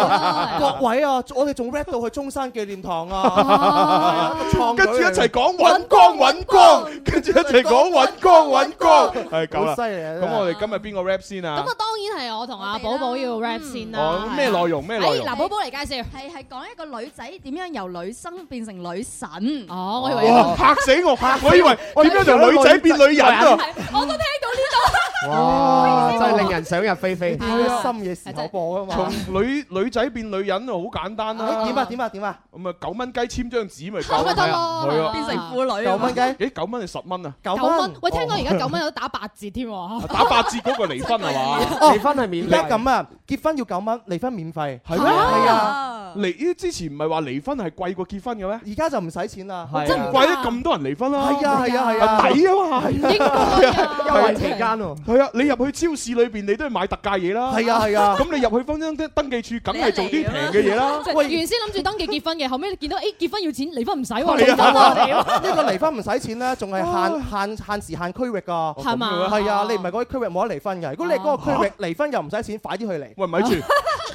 賞。啊各位啊，我哋仲 rap 到去中山紀念堂啊啊，係啊跟住一齊講揾光揾光，跟住一齊講揾 光揾 光，係咁好啦。犀利啊真係咁我哋今日邊個 rap 先咁啊啊，？當然係我同阿寶寶要 rap 先哦啦。咩內容咩內容哎嗱，寶寶嚟介紹。係係講一個女仔點樣由女生變成女神。哦，我以為哇！嚇死我！我以為點樣由女仔變女人啊？我都聽到呢度。哇哦真係令人想入非非啊開心嘅時候播啊嘛。從女女仔變女人啊，好簡單哎啦。點啊點啊點啊！咁啊，九蚊雞簽張紙咪夠咪得啊咯係啊，變成婦女啊九蚊雞誒九蚊定十蚊啊？九九蚊，喂，聽講而家九蚊有得打八折添喎。打八折嗰個離婚係嘛？離婚係哦免而家咁啊，結婚要九蚊，離婚免費。係咩係啊，離之前唔係話離婚係貴過結婚嘅咩？啊而家就唔使錢啦。真唔怪得咁多人離婚啦。係啊係啊係啊抵啊嘛。應該啊優惠期間喎係啊，你入去超市裏邊你都係買特價嘢啦。係啊係啊咁你入去婚姻登登記處，梗係做啲平嘅嘢啦。即係原先諗住登記結婚嘅，後尾你見到哎誒結婚要錢，離婚唔使啊喎，啊係仲等 我哋喎。呢個離婚唔使錢啦，仲係限限限時限區域噶，係嘛哦咁嘅咩係啊，你唔係嗰啲區域冇得離婚嘅。如果你係嗰個區域離婚又唔使錢，快啲去離。喂，咪住，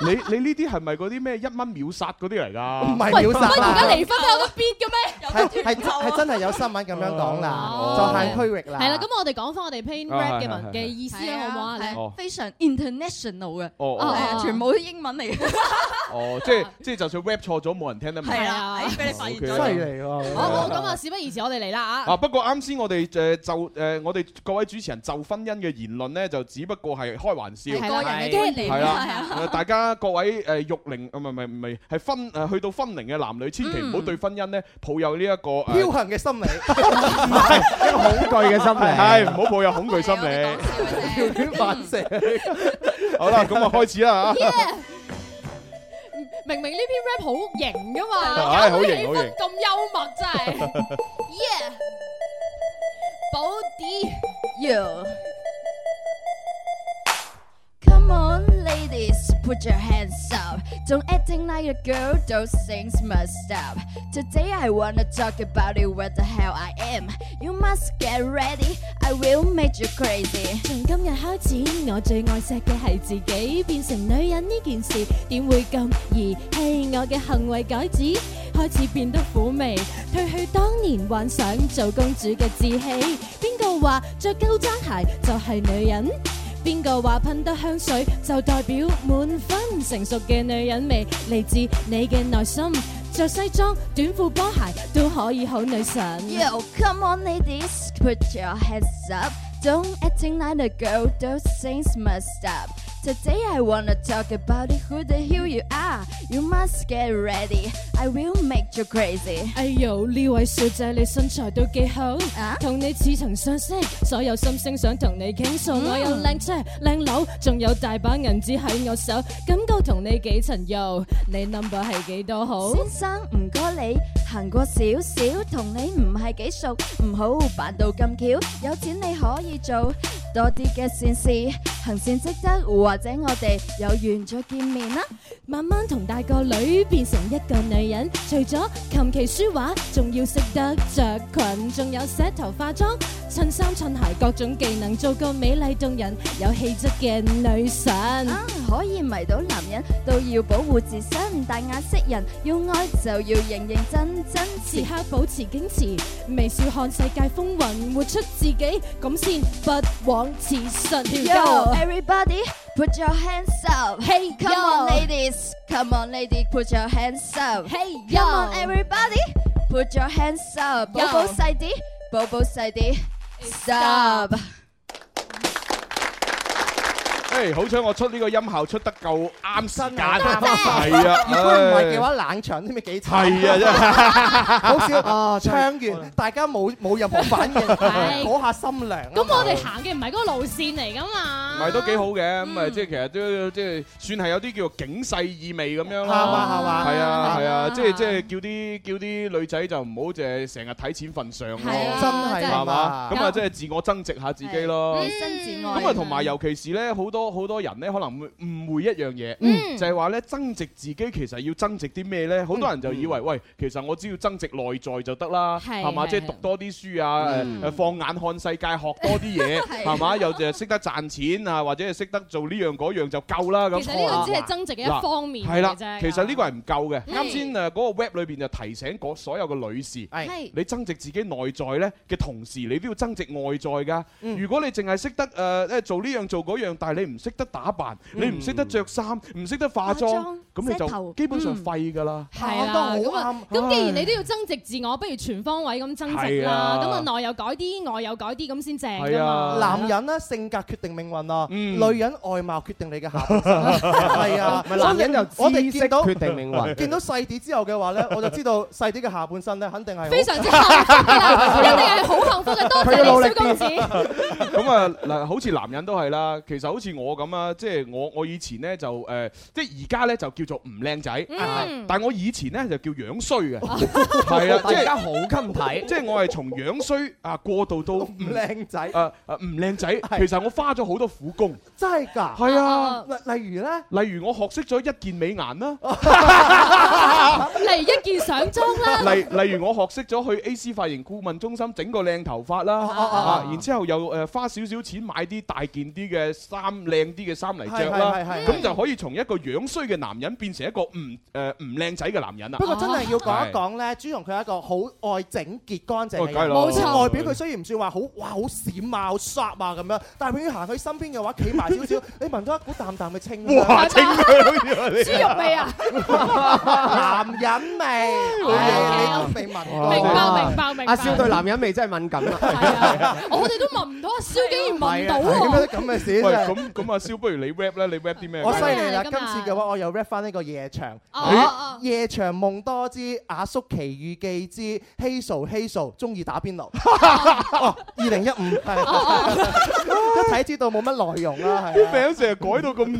你你呢啲係咪嗰啲咩一蚊秒殺嗰啲嚟㗎？唔係啊秒殺啦而家離婚都有得 bid 嘅咩？係係係真係有新聞咁樣講哦啦，就限區域啦。係啦，咁我哋講翻我哋 plain rap 嘅啊係係文嘅意思啦，好唔好啊？你哦非常 international 嘅，哦哦係啊全部都英文嚟嘅。哦，即係即係，就算 rap 錯咗，冇人聽得明。係啊哎俾你發現咗 OK 犀利喎好好，咁啊，事不宜遲，我哋嚟啦啊！啊！不過啱先我哋誒就誒我哋各位主持人就婚姻嘅言論咧，就只不過係開玩笑，係個人嘅觀點係係啊啦。誒大家各位誒育齡啊唔係唔係唔係係婚誒去到婚齡嘅男女，千祈唔好對婚姻咧抱有呢一個僥誒倖嘅心理，恐懼嘅心理，係唔好抱有恐懼心理。條件反射。好啦，咁啊開始啦嚇。明明呢篇 rap 好型噶嘛，搞係好到型氣好型氛咁幽默真係 ，yeah，寶啲 Yeah. Come on, ladies, put your hands up. Don't acting like a girl, those things must stop. Today I wanna talk about it, where the hell I am. You must get ready, I will make you crazy. 從今日開始，我最愛錫嘅係自己，變成女人呢件事點會咁兒戲？我嘅行為舉止開始變得苦味，褪去當年幻想做公主嘅志氣。邊個話着高踭鞋就係女人？邊個話噴得香水就代表滿分？成熟嘅女人味嚟自你嘅內心，着西裝、短褲、波鞋都可以好女神。 Yo, come on, ladies, put your hands up. Don't acting like a girl, those things must stop. Today I wanna talk about it, who the hell you are. You must get ready, I will make you crazy. 哎呦，呢位小姐你身材都幾好，同你似曾相識，所有心聲想同你傾訴。嗯我有靚車靚樓，仲有大把銀紙喺我手，感覺同你幾層油。你 number 係幾多好？先生唔該你行過少少，同你唔係幾熟，唔好扮到咁巧。有錢你可以做多啲嘅善事，行善積德，或者我哋有緣再見面啦。慢慢同大個女變成一個女人，除咗琴棋書畫，仲要識得着裙，仲有洗頭化妝、襯衫襯鞋各種技能，做個美麗動人、有氣質嘅女神。啊，可以迷到男人，都要保護自身。大眼識人，要愛就要認認真真。時刻保持矜持，微笑看世界風雲，活出自己，咁先不枉此生。 Yo, everybody, put your hands up. Hey, come on, yo. ladies. Come on, lady, put your hands up. Hey, yo. come on, everybody, put your hands up. 寶 Yo. 寶細啲，寶寶細啲，stop。誒，好彩我出呢個音效出得夠啱時間，係啊，如果唔係嘅話，冷場都咪幾慘。係 啊好少哦唱完，大家冇冇任何反 應，係嗰下心涼。咁我哋行嘅唔係嗰個路線嚟噶嘛？唔係都幾好嘅，咁啊即係其實都即係算係有啲叫做警世意味咁樣啦，啱啊係嘛係啊係啊，啱啊即係即係叫啲叫啲女仔就唔好淨係成日睇錢份上咯，係啊真係係嘛啊，咁啊即係自我增值下自己咯。身自愛。咁啊，同埋尤其是咧，好多好多人咧，可能會誤會一樣嘢，嗯就係話咧增值自己其實要增值啲咩咧？好多人就以為喂，其實我只要增值內在就得啦，係係嘛？係即係讀多啲書啊，誒誒放眼看世界，學多啲嘢，嗯 係係嘛？又就係識得賺錢啊，或者係識得做呢樣嗰樣就夠啦咁。其實呢個只係增值嘅一方面嗱係啦嚟啫，其實呢個係唔夠嘅。嗯啱先誒嗰個 web 裏邊就提醒嗰所有嘅女士係，你增值自己內在咧嘅同時，你都要增值外在㗎。嗯如果你淨係識得誒誒做呢樣做嗰樣，但係你唔識得打扮，你唔識得着衫，唔識得化妝，咁你洗頭嗯就基本上廢㗎啦。係啦，咁啊，咁既然你都要增值自我，不如全方位咁增值係啦啊。咁啊，內又改啲，外又改啲，咁先正係㗎嘛。啊男人咧性格決定命運啊，女人外貌決定你嘅下 半身。係啊，嗯咪男人就知識我哋見到決定命運 見到細啲之後嘅話咧，我就知道細啲嘅下半身咧，肯定係好非常之幸福 㗎，一定係好幸福嘅，多謝你小公子。 咁啊，嗱，好似男人都係啦，其實好似我咁啊，即係我我以前咧就誒，即係而家咧就叫做唔靚仔嗯，但係我以前咧就叫樣衰嘅，哦 係啊，即大係家好襟睇即係我係從樣衰啊過 渡到唔靚仔，誒誒唔靚仔，其實我花咗好多苦功。真係㗎。係啊例例如咧。例如我學識咗一件美顏啦，嚟一件上妝啦， 例例如我學識咗去 A C 髮型顧問中心整個靚頭髮啦，啊，然之後又誒花少少錢買啲大件啲嘅衫、靚啲嘅衫嚟着啦係係係，係咁就可以從一個樣衰嘅男人變成一個唔誒唔靚仔嘅男人啦。不過真係要講一啊係。講咧，朱容佢係一個好愛整潔乾淨嘅哦梗係人，啦冇錯即係外表佢雖然唔算話好哇好閃啊、好 sharp 啊咁樣，但係佢行佢身邊嘅話，企埋少 少，你聞到一股淡淡嘅清香。哇清香啊你豬肉味啊！男人味，哎係你都未聞過。明白明白明白阿蕭對男人味真係敏感啊啦。我哋都聞唔到，阿蕭竟然聞到係啊喎。咁嘅喂，事真係咁咁阿蕭，不如你 rap 啦，你 rap 啲咩？我犀利啦！今次嘅話，我又 rap 翻呢個夜場。哦咦夜場夢多姿，阿叔奇遇記之稀數稀數，中意打 邊爐。哦，二零一五哦 係一睇知道冇乜內容啦，係啲啊。名成日改到咁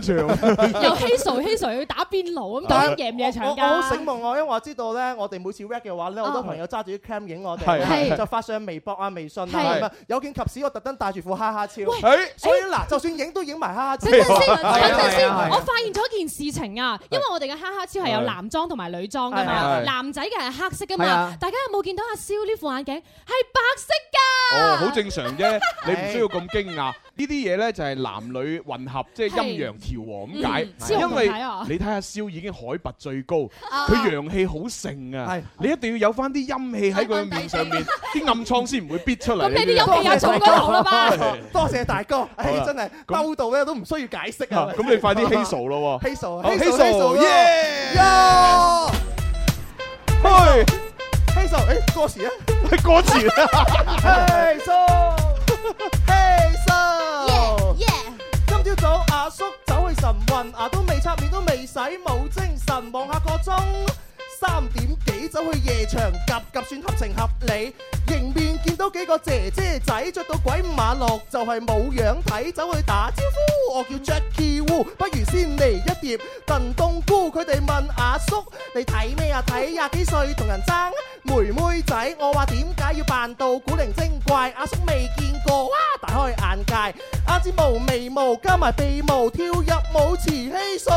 長，又稀疏稀疏去打邊爐咁，但究竟夜唔夜我場我好㗎哦醒？目啊，因為我知道咧，我哋每次 rap 嘅話咧，好多朋友揸住啲 cam 影我係係哋，就發上微博啊、微信啊係咁啊。有見及此，我特登帶住副哈哈超喂，所以嗱，就算影都影埋哈哈超。等陣先，係啊等陣係先，啊係啊我發現咗件事情啊！因為我哋嘅哈哈超係有係男裝同埋女裝噶係嘛，係係男仔嘅係黑色噶係嘛啊，大家有冇見到阿蕭呢副眼鏡係白色㗎？哦，好正常啫，你唔需要咁驚訝。呢啲嘢呢，就係男女混合，即係係陰陽調和咁解嗯。蕭因為紅睇啊你睇下蕭已經海拔最高，啊佢陽氣好盛啊，你一定要有翻啲陰氣喺佢嘅面上面，啲暗瘡先唔會逼出嚟。咁你啲陰氣有重過頭啦吧 多謝大 哥，唉好啦真係兜到咧都唔需要解釋啊。咁你 快啲 h 數咯喎希數好希數 Hazel，希數 yeah！呀！嘿，希 數，誒歌詞啊， 歌詞啊，希數，希神牙都未刷，面都未洗，冇精神，望下個鐘。三點幾走去夜場，夾夾算合情合理。迎面見到幾個姐姐仔着到鬼五馬六，就係冇樣睇，走去打招呼。我叫 Jackie Wu，不如先嚟一碟燉冬菇。佢哋問阿叔：你睇咩啊？睇廿幾歲同人爭妹妹仔。我話點解要扮到古靈精怪？阿叔未見過，哇！大開眼界。阿支毛眉毛加埋鼻毛，跳入舞池嘿數，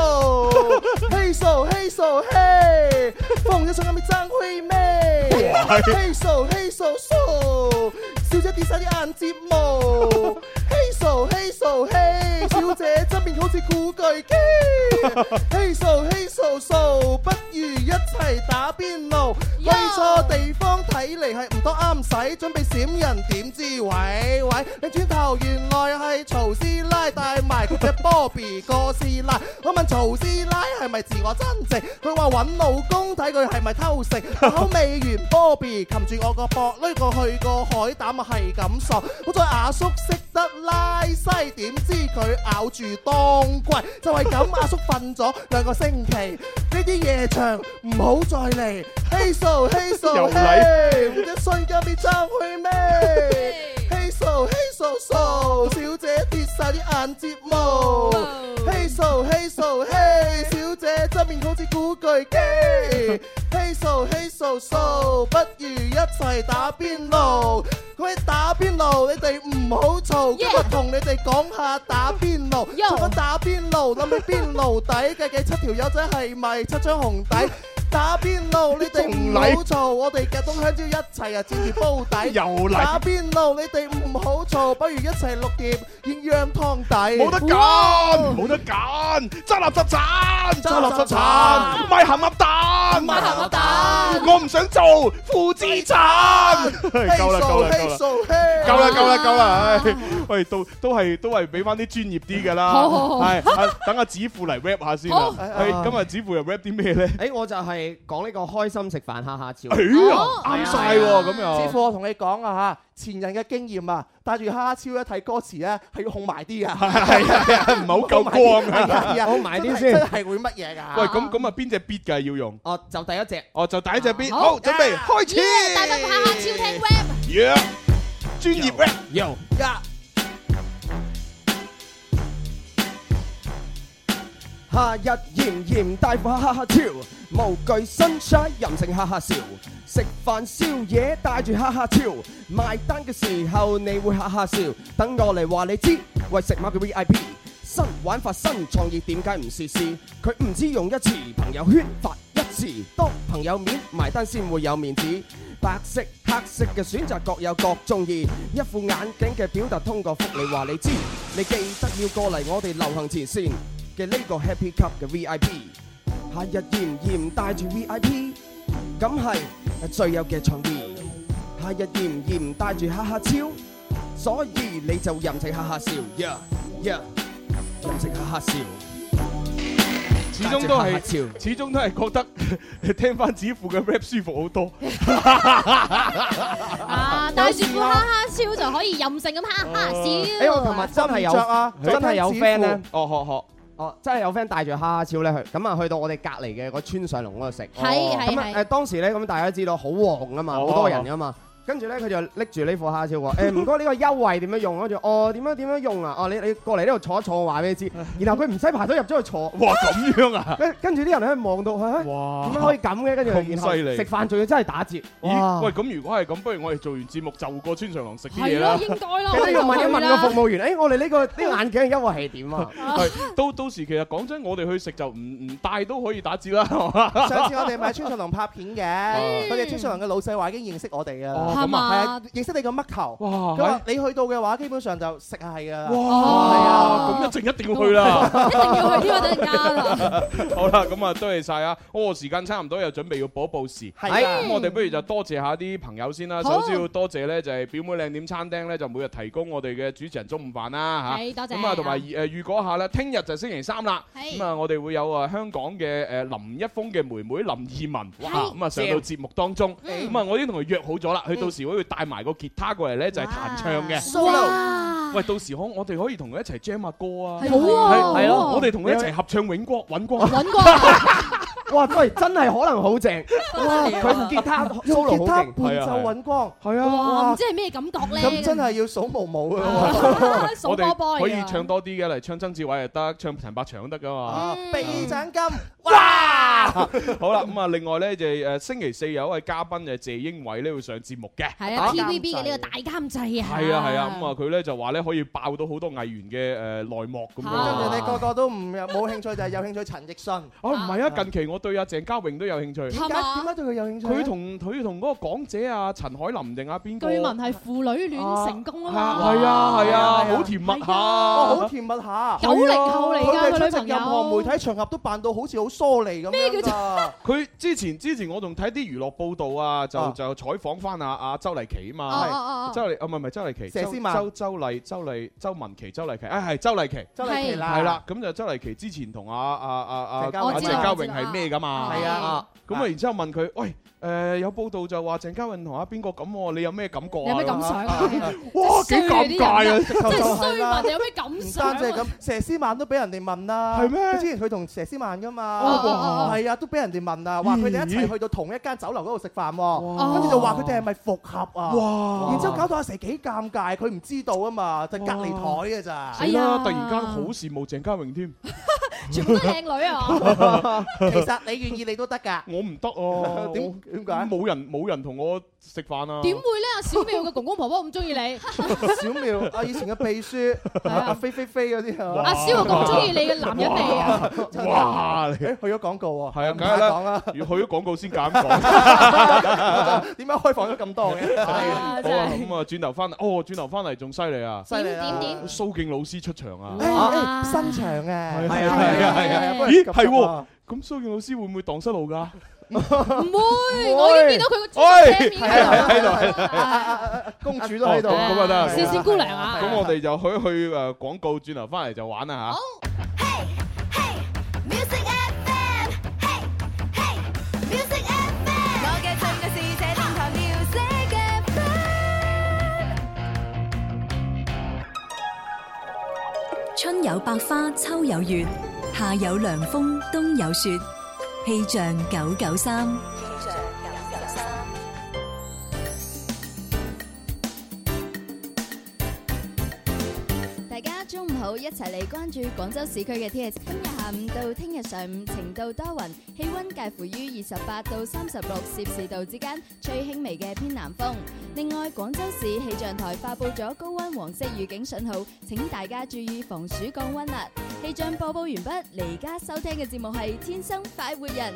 嘿數嘿數嘿，風一送咁咪爭灰咩？ 嘿數嘿數數，小姐跌晒啲眼睫毛，嘿數嘿數嘿，小姐側面好似古巨基，嘿數嘿數數，不如一齊打邊爐。去錯地方睇嚟係唔多啱使，準備閃人點知喂喂，你轉頭原來係曹師奶帶埋佢隻 Bobby 哥師奶。我問曹師奶係咪自我增值，佢話揾老公睇佢係咪偷食。我口未完，Bobby 擒住我個膊，攆過去個海膽啊係咁索。好在阿叔識得拉西，點知佢咬住當歸，就係咁。阿叔瞓咗兩個星期，呢啲夜場唔好再嚟。嘿數嘿數又嘿，嚟唔一瞬間變爭去咩？嘿數嘿數數，小姐跌晒啲眼睫毛。嘿數嘿數嘿，小姐側面好似古巨基。嘿數嘿數數，不如一齊打邊爐。喂，打邊爐，你哋唔好嘈，今日同你哋講下打邊爐。除咗打邊爐，諗起邊爐底嘅嘅七條友仔係咪七張紅底？打邊爐，你哋唔好嘈，我哋夾冬香蕉一齊啊，沾住煲底。又嚟打邊爐，你哋唔好嘈，不如一齊六碟鴛鴦湯底。冇得揀，冇得揀，執垃圾鏟，執垃圾鏟賣鹹鴨蛋，賣鹹鴨蛋，我唔想做負資產， 夠啦夠啦夠啦夠啦夠啦夠啦！唉喂，都都係都係俾翻啲專業啲㗎啦。好好好係啊等阿子富嚟 rap 下先啦。好係今日子富又 rap 啲咩咧？ 誒，我就係講呢個開心食飯哈哈笑。哎呀哦啱晒喎咁又師傅，我同你講啊嚇，前人嘅經驗啊，帶住蝦超一睇歌詞咧，係要控埋啲啊。係啊係啊唔係好夠光啊控埋啲真係先真係會乜嘢㗎？喂，咁咁啊，邊只 beat 㗎要用？哦，就第一隻。哦，就第一隻 Ờ. beat。好，準備開始。大家下下超聽 rap， Yeah，專業 rap。Yo。夏日炎炎，大伙哈哈超，無懼 sunshine，任性哈哈笑。食飯宵夜帶住哈哈超，埋單嘅時候你會哈哈笑。等我嚟話你知，喂食貓嘅 VIP，新玩法新創意點解唔試試？佢唔知用一次，朋友圈發一次，當朋友面埋單先會有面子。白色、黑色嘅選擇各有各中意，一副眼鏡嘅表達通過福利話你知，你記得要過嚟我哋流行前線嘅呢個 Happy Cup 嘅 VIP，夏日炎炎帶住 VIP，咁係最有嘅創意。夏日炎炎帶住哈哈超，所以你就任性哈哈笑，yeah yeah，任性哈哈笑。始終都係，始終都 係覺得聽翻子父嘅 rap 舒服好多。啊， 戴住副哈哈超就可以任性咁哦哈哈笑。哎誒，我琴日真係有瞓唔着啊真係有就聽 friend 咧指，哦，學學。哦，真係有 friend 帶住哈哈超咧去，咁啊去到我哋隔離嘅個村上龍嗰度食，係哦係咁啊係誒當時咧咁大家知道好旺啊嘛，好多人噶嘛。跟住咧，佢就拎住呢副蝦超話：誒唔該，呢個優惠點樣用？跟住哦點樣點樣用啊？哦你你過嚟呢度坐一坐，我話俾你知。然後佢唔使排隊入咗去坐。嗯哇咁樣啊！跟跟住啲人喺度望到，嚇哇點解可以咁嘅？跟住然後咁犀利食飯仲要真係打折。哇咦，喂，咁如果係咁，不如我哋做完節目就過村上龍食啲嘢啦。跟住要問一問個服務員，誒，誒我哋呢個呢個眼鏡嘅優惠係點啊？係到到時其實講真，我哋去食就唔唔帶都可以打折啦。 上次我哋咪喺村上龍拍片嘅，佢哋村上龍嘅老細話已經認識我哋㗎哦啦，咁啊係啊，認識你個乜球，佢哇哎話你去到嘅話，基本上就食下係㗎啦，係啊。哇！咁一陣一定要去啦，一定要去添啊等等陣間啦。 好啦，咁啊，多謝晒啊！哦，時間差唔多，又準備要補一補時。係係啊咁我哋不如就多謝下啲朋友先啦。好首先要多謝咧，就係表妹靚點餐廳咧，就每日提供我哋嘅主持人中午飯啦嚇。係多謝咁啊，同埋誒預告下啦，聽日就星期三啦。係咁啊，我哋會有啊香港嘅誒林一峰嘅妹妹林二汶，哇！咁啊上到正節目當中。咁啊，我已經同佢約好咗啦，佢到時會帶埋個吉他過嚟咧，就係彈唱嘅。 Solo 係喂，到時可我哋可以同佢一齊 jam 下歌啊，係好啊係係好啊咯，我哋同佢一齊合唱《永國揾 光》。哇，真係真係可能好正，哇！係啊佢吉他 solo 好勁，伴啊奏揾光，係哇，唔知係啊咩感覺咧？啊咁真係要數毛毛啊！係我數波哋 boy 可以啊唱多啲嘅，例如唱曾志偉又得，唱陳百祥都得噶嘛。鼻獎金， 好啦，咁啊，另外咧就係誒星期四有一位嘉賓就係謝英偉咧會上節目嘅。係啊，TVB 嘅呢個大監製啊，係啊係啊，咁啊佢咧就話咧可以爆到好多藝員嘅誒呃內幕咁跟住你個樣。個都唔有冇興趣，就係有興趣陳奕迅。啊唔係啊，近期我對阿鄭嘉穎都有興趣。點解點解對佢有興趣咧？佢同佢同嗰個港姐啊，陳海琳定啊邊據個？聞係父女戀成功啊嘛，係啊係啊，好甜蜜下。哦，好甜蜜下， 90後嚟㗎佢哋啊佢出女席朋友任何媒體場合都扮到好似好疏離咁樣。咩叫佢之前之前我仲睇啲娛樂報道啊，就就採訪翻阿阿周麗淇啊哦哦哦嘛哦，周麗啊唔係唔係周麗淇，佘詩曼周周麗周麗周文琪周麗淇，啊係周麗淇，周麗淇啦係啦，咁就周麗淇之前同阿阿阿阿鄭嘉阿穎鄭嘉穎係咩噶嘛？係啊，咁啊然之後問佢，喂誒有報道就話鄭嘉穎同阿邊個咁喎，你有咩感覺啊？你有咩感想啊咁 哇幾尷尬啊！就係衰啦問你有咩感唔想啊單止係咁，佘詩曼都俾人哋問啦。係咩？佢之前佢同佘詩曼噶嘛哦，係啊，都俾人哋問啊，話佢哋一齊去到同一間酒樓嗰度食飯喎，跟住就話佢哋係咪復合啊？哇然之後搞到阿佘幾尷尬，佢唔知道啊嘛，就隔離台嘅咋。哎死啦！突然間好羨慕鄭嘉穎添，全部都係靚女啊！其實你願意你 都得㗎。我唔得哦，點點解？冇人冇人同我食飯啊！點會咧？阿小妙嘅公公婆婆咁中意 你，小妙啊，以前嘅秘書啊，飛飛飛嗰啲啊阿小妙咁中意你嘅男人味啊！哇！你去咗廣告喎，係啊，唔梗怕係講啦啦，，要去咗廣告先敢 講。點解開放咗咁多嘅？好啊，咁啊，轉頭翻嚟，哦，轉頭翻嚟仲犀利啊！犀利啊點點點蘇敬老師出場啊！誒新場嘅，係啊係啊係啊！咦，係喎，咁蘇敬老師會唔會蕩失路㗎？唔會，我已經見到佢個喂，面係啊喺度喺度。公主都喺度，哦咁咁啊得，絲絲姑娘啊咁我哋就可以去誒廣告，轉頭翻嚟就玩啦嚇。 Music FM，我嘅最愛是這電台 Music FM。春有百花，秋有月，夏有涼風，冬有雪。氣象九九三，大家中午好，一齊嚟關注廣州市區嘅天氣。今日下午到聽日上午晴到多雲，氣温介乎於二十八到三十六攝氏度之間，吹輕微嘅偏南風。另外，廣州市氣象台發布咗高温黃色預警信號，請大家注意防暑降温啦。氣象播報完畢，你而家收聽嘅節目係《天生快活人》。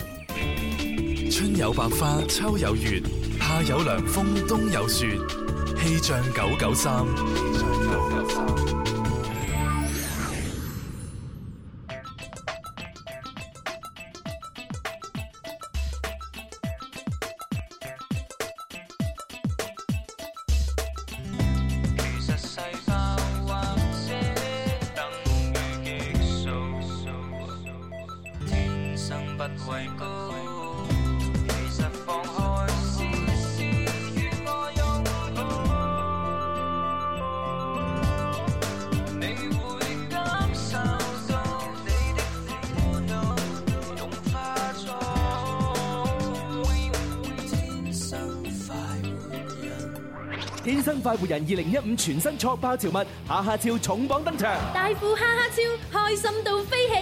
春有百花，秋有月，夏有涼風，冬有雪。氣象九九三，其實細胞或者等於激素，天生不畏高。其實放開試試，與我有好，你會感受到你的苦惱融化咗，天生快活人。天生快活人二零一五全新挫爆潮物下下超重磅登場。大富哈哈超，開心到飛起！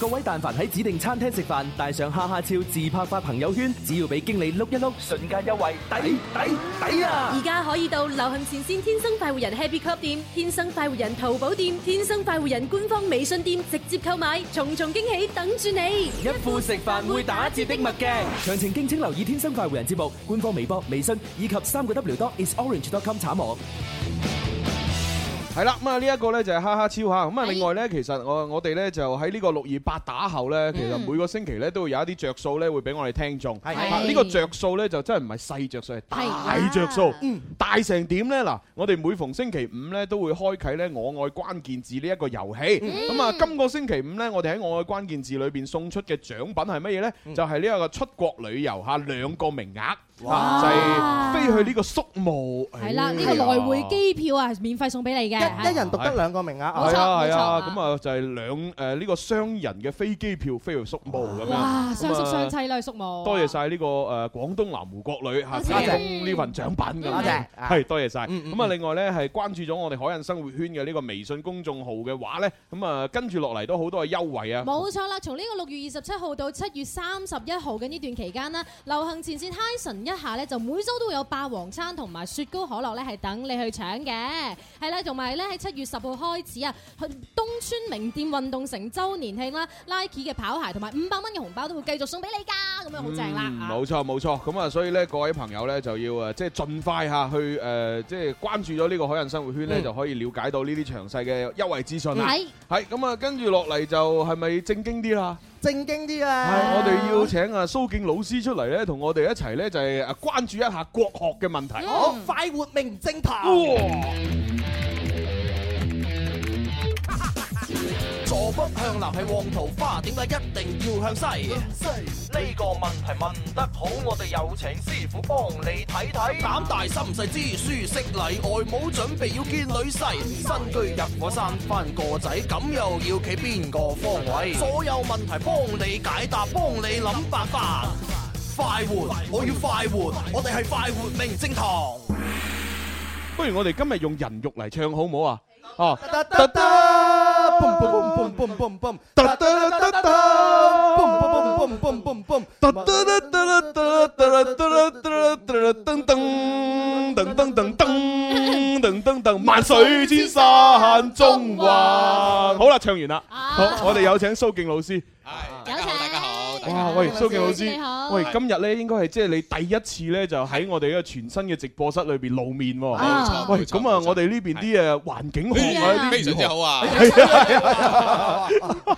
各位但凡喺指定餐廳食飯，帶上哈哈超自拍發朋友圈，只要俾經理碌一碌，瞬間優惠，抵抵抵啊！而家可以到流行前線天生快活人 Happy Club 店、天生快活人淘寶店、天生快活人官方微信店直接購買，重重驚喜等住你！一副食飯會打折的墨鏡，詳情敬請留意《天生快活人》節目、官方微博、微信以及三個 W 多 isorange.com 查網。係啦，咁啊呢一個咧就係哈哈超哈，咁啊另外咧其實我我哋咧就喺呢個六二八打後咧，其實每個星期咧都會有一啲着數咧會俾我哋聽眾。係係呢個着數咧就真係唔係細着數，係大着數。嗯，大成點咧？嗱，我哋每逢星期五咧都會開啟咧我愛關鍵字呢一個遊戲。嗯咁啊，今個星期五咧，我哋喺我愛關鍵字裏邊送出嘅獎品係乜嘢咧？就係呢一個出國旅遊嚇兩個名額。啊就係飛去呢個宿務。係啦，呢個哎呀來回機票啊，免費送俾你嘅，係冇錯係啊係啊，冇錯。咁啊就係兩誒呢個雙人嘅飛機票飛去宿務咁樣。哇，相識咁啊相妻啦，宿務。多謝啊晒呢個誒廣東南湖國旅嚇多謝加封呢份獎品咁多樣，謝係多謝晒。咁啊，另外呢，係關注咗我哋海印生活圈嘅呢個微信公眾號嘅話呢，咁啊跟住落嚟都好多嘅優惠啊。冇錯啦，從呢個六月二十七號到七月三十一號嘅呢段期間呢，啊流行前線 high 神一下呢，就每周都會有霸王餐同埋雪糕可樂呢，係等你去搶嘅。係啦，同埋呢，喺七月十號開始啊，去東村名店運動城周年慶啦，Nike 嘅跑鞋同埋五百蚊嘅紅包都會繼續送俾你㗎，咁樣好正啦。嗯冇錯冇錯，咁啊，所以咧，各位朋友咧就要誒，即係盡快嚇去誒，即係關注咗呢個海印生活圈咧，就可以了解到呢啲詳細嘅優惠資訊啦。係係咁啊，跟住落嚟就係咪正經啲啦？係，我哋要請啊蘇敬老師出嚟咧，同我哋一齊咧就係誒關注一下國學嘅問題。 坐北向南係旺桃花，點解一定要向西？呢個問題問得好，我哋有請師傅幫你睇睇。膽大心細知書識禮，外母準備要見女婿，新居入伙生翻個仔，咁又要企邊個方位？所有問題幫你解答，幫你諗辦法。快活，我要快活，我哋係快活明星 堂。不如我哋今日用人肉嚟唱好唔好啊？哦，噔噔噔，萬水千山中啊華。好啦，唱完啦，好，我哋有請蘇敬老師。哇！喂，蘇敬老你好師，喂，今日咧應該係即係你第一次咧，就喺我哋呢個全新嘅直播室裏邊露面喎。冇錯喂，咁啊，我哋呢邊啲誒環境好啊，呢啲非常之好啊！係啊係啊啊係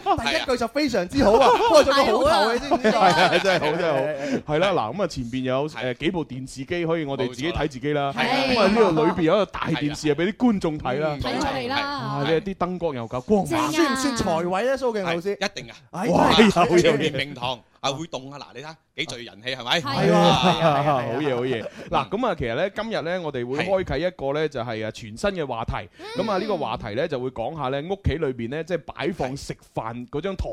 啊，真係好，真係好，係啦，嗱咁啊，前邊有誒幾部電視機可以我哋自己睇自己啦，咁啊呢度裏邊有一個大電視啊，俾啲觀眾睇啦，睇我哋啦啊哇，你啲燈光又夠光猛，啊哇， 有有有。À, 全面名堂，啊，會動啊，嗱，你睇，幾聚人氣，係咪？係啊啊，係啊，係啊，係啊。好嘢好嘢。嗱咁啊，其實咧今日咧，我哋會開啟一個咧就係誒全新嘅話題。嗯咁啊呢個話題咧就會講下咧屋企裏邊咧即係擺放食飯嗰張台，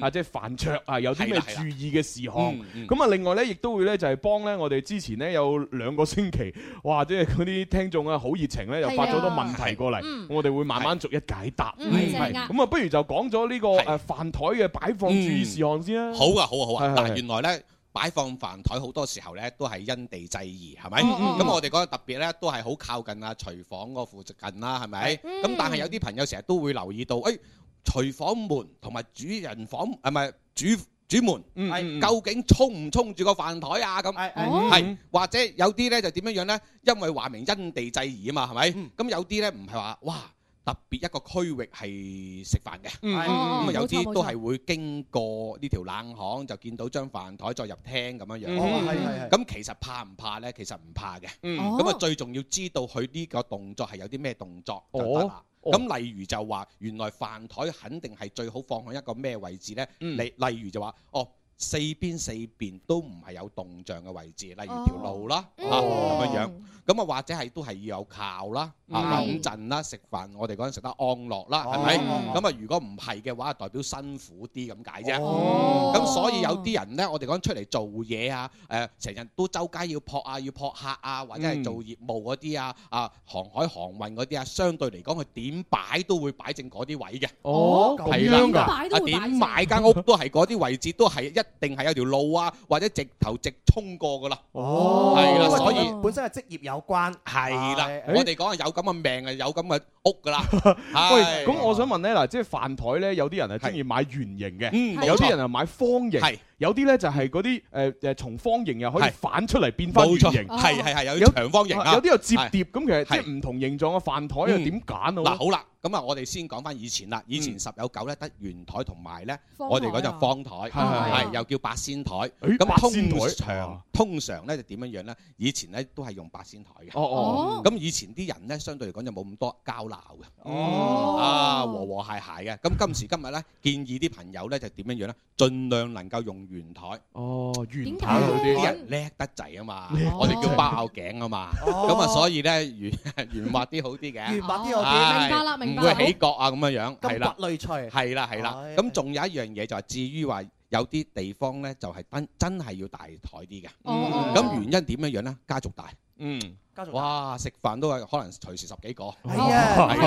啊即係飯桌啊有啲咩嗯係啦係啦注意嘅事項嗯。嗯咁啊另外咧亦都會咧就係幫咧我哋之前咧有兩個星期，哇即係嗰啲聽眾啊好熱情咧又發咗好多問題過嚟嗯，我哋會慢慢逐一解答。嗯係正啊咁啊不如就講咗呢個誒飯台嘅擺放注意事項先啦。嗯好啊，好啊，好啊。係，係，嗱，係。原來呢，擺放飯台好多時候呢，都係因地制宜，係咪？嗯，嗯，咁嗯。à, 我哋嗰個特別呢，都係好靠近啊廚房嗰附近啦，係咪？咁嗯。à, 但係有啲朋友成日都會留意到，哎，廚房門同埋主人房，啊，唔係，主-主門，嗯，嗯。究竟衝唔衝住個飯台啊？咁。嗯。係，或者有啲咧就點樣樣咧？因為話明因地制宜啊嘛，係咪？嗯咁有啲咧唔係話哇特別一個區域係食飯嘅，嗯咁哦啊冇錯有啲都冇係會經過呢條冷巷就見到張飯台再入廳咁樣樣。嗯係係係咁其實怕唔怕咧？其實唔怕嘅。嗯哦咁啊最重要知道佢呢個動作係有啲咩動作就得啦哦。咁例如就話，原來飯台肯定係最好放喺一個咩位置呢？嗯例例如就話，哦，四邊四邊都唔係有動像嘅位置，例如哦條路啦，嗯嚇咁樣樣。咁啊，或者係都係要有靠啦，啊穩嗯陣啦，食飯我哋嗰陣食得安樂啦，哦係咪嗯？咁啊，如果唔係嘅話，代表辛苦啲咁解啫。哦咁所以有啲人呢，我哋講出嚟做嘢啊，誒成日都周街要撲啊，要撲客啊，或者嗯係做業務嗰啲啊，啊航海航運嗰啲啊，相對嚟講佢點擺都會擺正嗰啲位嘅。哦係咁樣㗎啦，擺都啊會點擺正買間屋都係嗰啲位置，都係一定係有條路啊，或者直頭直衝過噶啦。係啦，所啊以。係啦，哦誒我哋講係有咁嘅命啊，有咁嘅屋噶啦。 喂，係咁我想問咧，嗱，即係飯台咧，有啲人係中意買圓形嗯嘅，冇有啲錯人係買方形係，有啲咧就係嗰啲誒誒從方形又可以係反出嚟變翻圓形，冇錯係係係有啲長方形啊有啲又折係疊，咁其實即係係唔同形狀嘅飯台又嗯點揀啊嗯嗱好啦，咁啊，我哋先講翻以前啦。以前十有九咧得圓台同埋咧，方我哋講就台啊方台，係係係係又叫八仙台。誒八仙咁台啊通哇常通常咧就點樣樣咧？以前咧都係用八仙台嘅。哦哦咁以前啲人咧相對嚟講就冇咁多交鬧嘅。哦啊和和諧諧嘅。咁今時今日咧，建議啲朋友咧就點樣樣咧？盡量能夠用圓圓台。哦，圓跑跑好啲啲人叻得滯啊嘛叻得滯，我哋叫包頸啊嘛，哦咁啊所以咧圓 圓滑啲好啲嘅，圓滑啲好啲係明白啦明白唔會起角啊咁樣樣，咁係啦，骨累脆係啦係啦，咁仲有一樣嘢就係至於話有啲地方咧就係真真係要大台啲嘅，哦咁原因點樣樣咧？家族大，嗯，家族大哇食飯都係可能隨時十幾個，係啊，聽講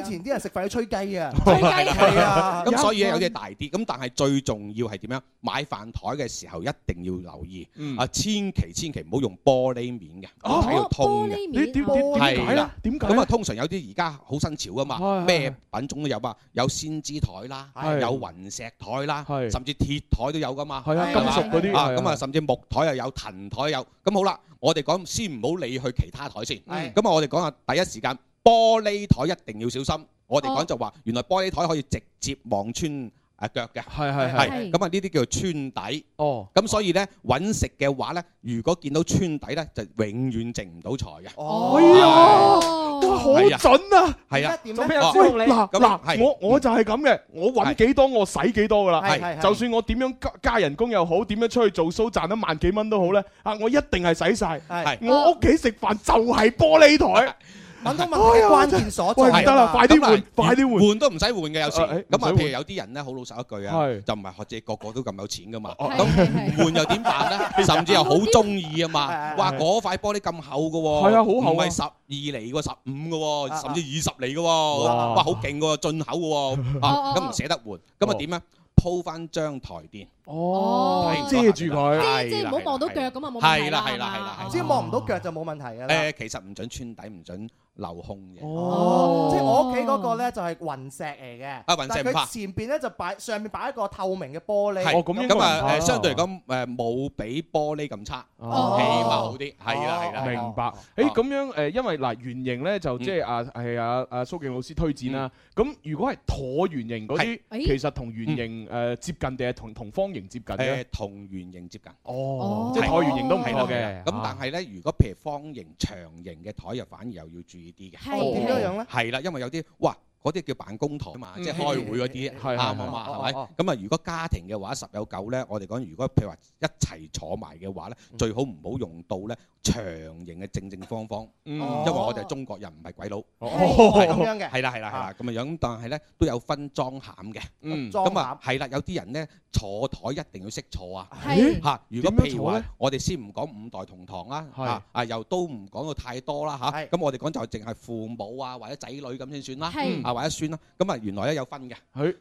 以前啲人食飯要吹雞啊，係啊，咁所以咧有啲大啲，咁但係最重要係點樣？買飯台嘅時候一定要留意，啊千祈千祈唔好用玻璃面嘅，哦睇到通嘅。玻璃面你點點點解係咧 à? 啦，點解咧咁啊，通常有啲而家好新潮噶嘛，咩品種都有嘛，有仙枝台啦，係有雲石台啦，甚至鐵台都有噶嘛。係啊金屬嗰啲啊，係啊咁啊，甚至木台又有，藤台有。咁好啦，我哋講先唔好理去其他台先。咁啊，我哋講下第一時間玻璃台一定要小心。我哋哦講就話，原來玻璃台可以直接望穿啊腳嘅，係係係係咁啊，呢啲叫做穿底。哦，咁所以咧揾食嘅話咧，如果見到穿底咧，就永遠剩唔到財嘅。哎呀，Ừ 哇，好係啊準啊！係啊點做咩咧？啊喂朱紅你嗱咁嗱，係我我就係咁嘅，我揾幾多我使幾多噶係係啦。係就算我點樣加加人工又好，點樣出去做 show 賺一萬幾蚊都好咧，啊，我一定係使晒。係我屋企食飯就係玻璃台。揾到問題關鍵所在喂唔得啦，快啲換，快啲啲換，換都唔使換嘅有時。啊誒咁啊，唔使換譬如有啲人咧，好老實一句啊，就唔係學姐個個都咁有錢噶嘛。哦咁唔換又點辦 咧？甚至又好中意啊嘛。係哇，係嗰塊玻璃咁厚嘅喎，係啊好厚啊唔係十二厘喎，十五嘅啊喎，甚至二十厘嘅喎。哇，好勁嘅喎，進口嘅喎。哦啊哦咁唔捨得換，咁啊點咧？鋪翻張台墊。哦遮住係佢啦即係唔好望到腳咁啊冇問題係啦係啦係啦。只要望唔到腳就冇問題㗎啦。誒，其實唔準穿底，唔準留空嘅。哦，即係我屋企嗰個咧就係雲石嚟嘅，啊雲石唔但係怕佢前邊咧就擺上面擺一個透明嘅玻璃，哦係咁啊誒，相對嚟講，講誒冇比玻璃咁差，起哦碼好啲，係啦係啦，哦嗯明白。誒咁樣誒，因為嗱圓形咧就即係啊係啊啊蘇敬老師推薦啦。咁如果係橢圓形嗰啲，係嗯其實同圓形誒接近定係同同方形接近咧誒？同圓形接近。哦即係橢圓形都唔錯嘅。啊咁但係咧，如果譬如方形、長形嘅台，又反而又要注意啲嘅。係哦點樣樣咧係啦，因為有啲哇。嗰啲叫辦公台啊嘛，嗯即係開會嗰啲係啱啊嘛，係係咪哦哦？咁啊，如果家庭嘅話，十有九咧，我哋講如果譬如話一齊坐埋嘅話咧，嗯最好唔好用到咧長形嘅正正方方，嗯因為我哋係中國人，唔係鬼佬。哦係咁樣嘅啊係啦係啦係啦，咁嘅樣。咁但係咧都有分裝餡嘅。嗯裝咁啊係啦，有啲人咧坐台一定要識坐啊。係嚇，如果點樣譬如坐話咧。我哋先唔講五代同堂啦，係啊啊又都唔講到太多啦嚇。咁我哋講就淨係父母啊或者仔女咁先算啦係，啊或者孫啦。咁啊原來咧有分嘅，佢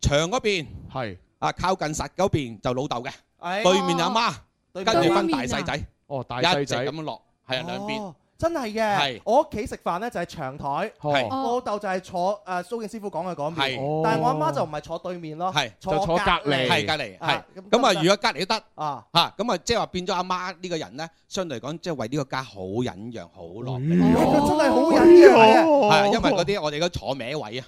牆嗰邊係啊靠近實嗰邊就老豆嘅哎，對面阿媽，對跟面住分對大面細仔，哦大細一直仔咁樣落，係啊兩邊哦。真係嘅係。我屋企食飯咧就係長台，係我老豆就係坐誒蘇敬師傅講嘅嗰係邊，但係我阿媽就唔係坐對面咯，係坐我離，係隔離，係啊咁啊。如果隔離都得啊，嚇咁啊，即係話變咗阿媽呢個人咧，相對嚟講，即係為呢個家好忍讓、好落力。啊哦佢真係好隱約係嘅啊，因為嗰啲我哋嗰坐歪位啊。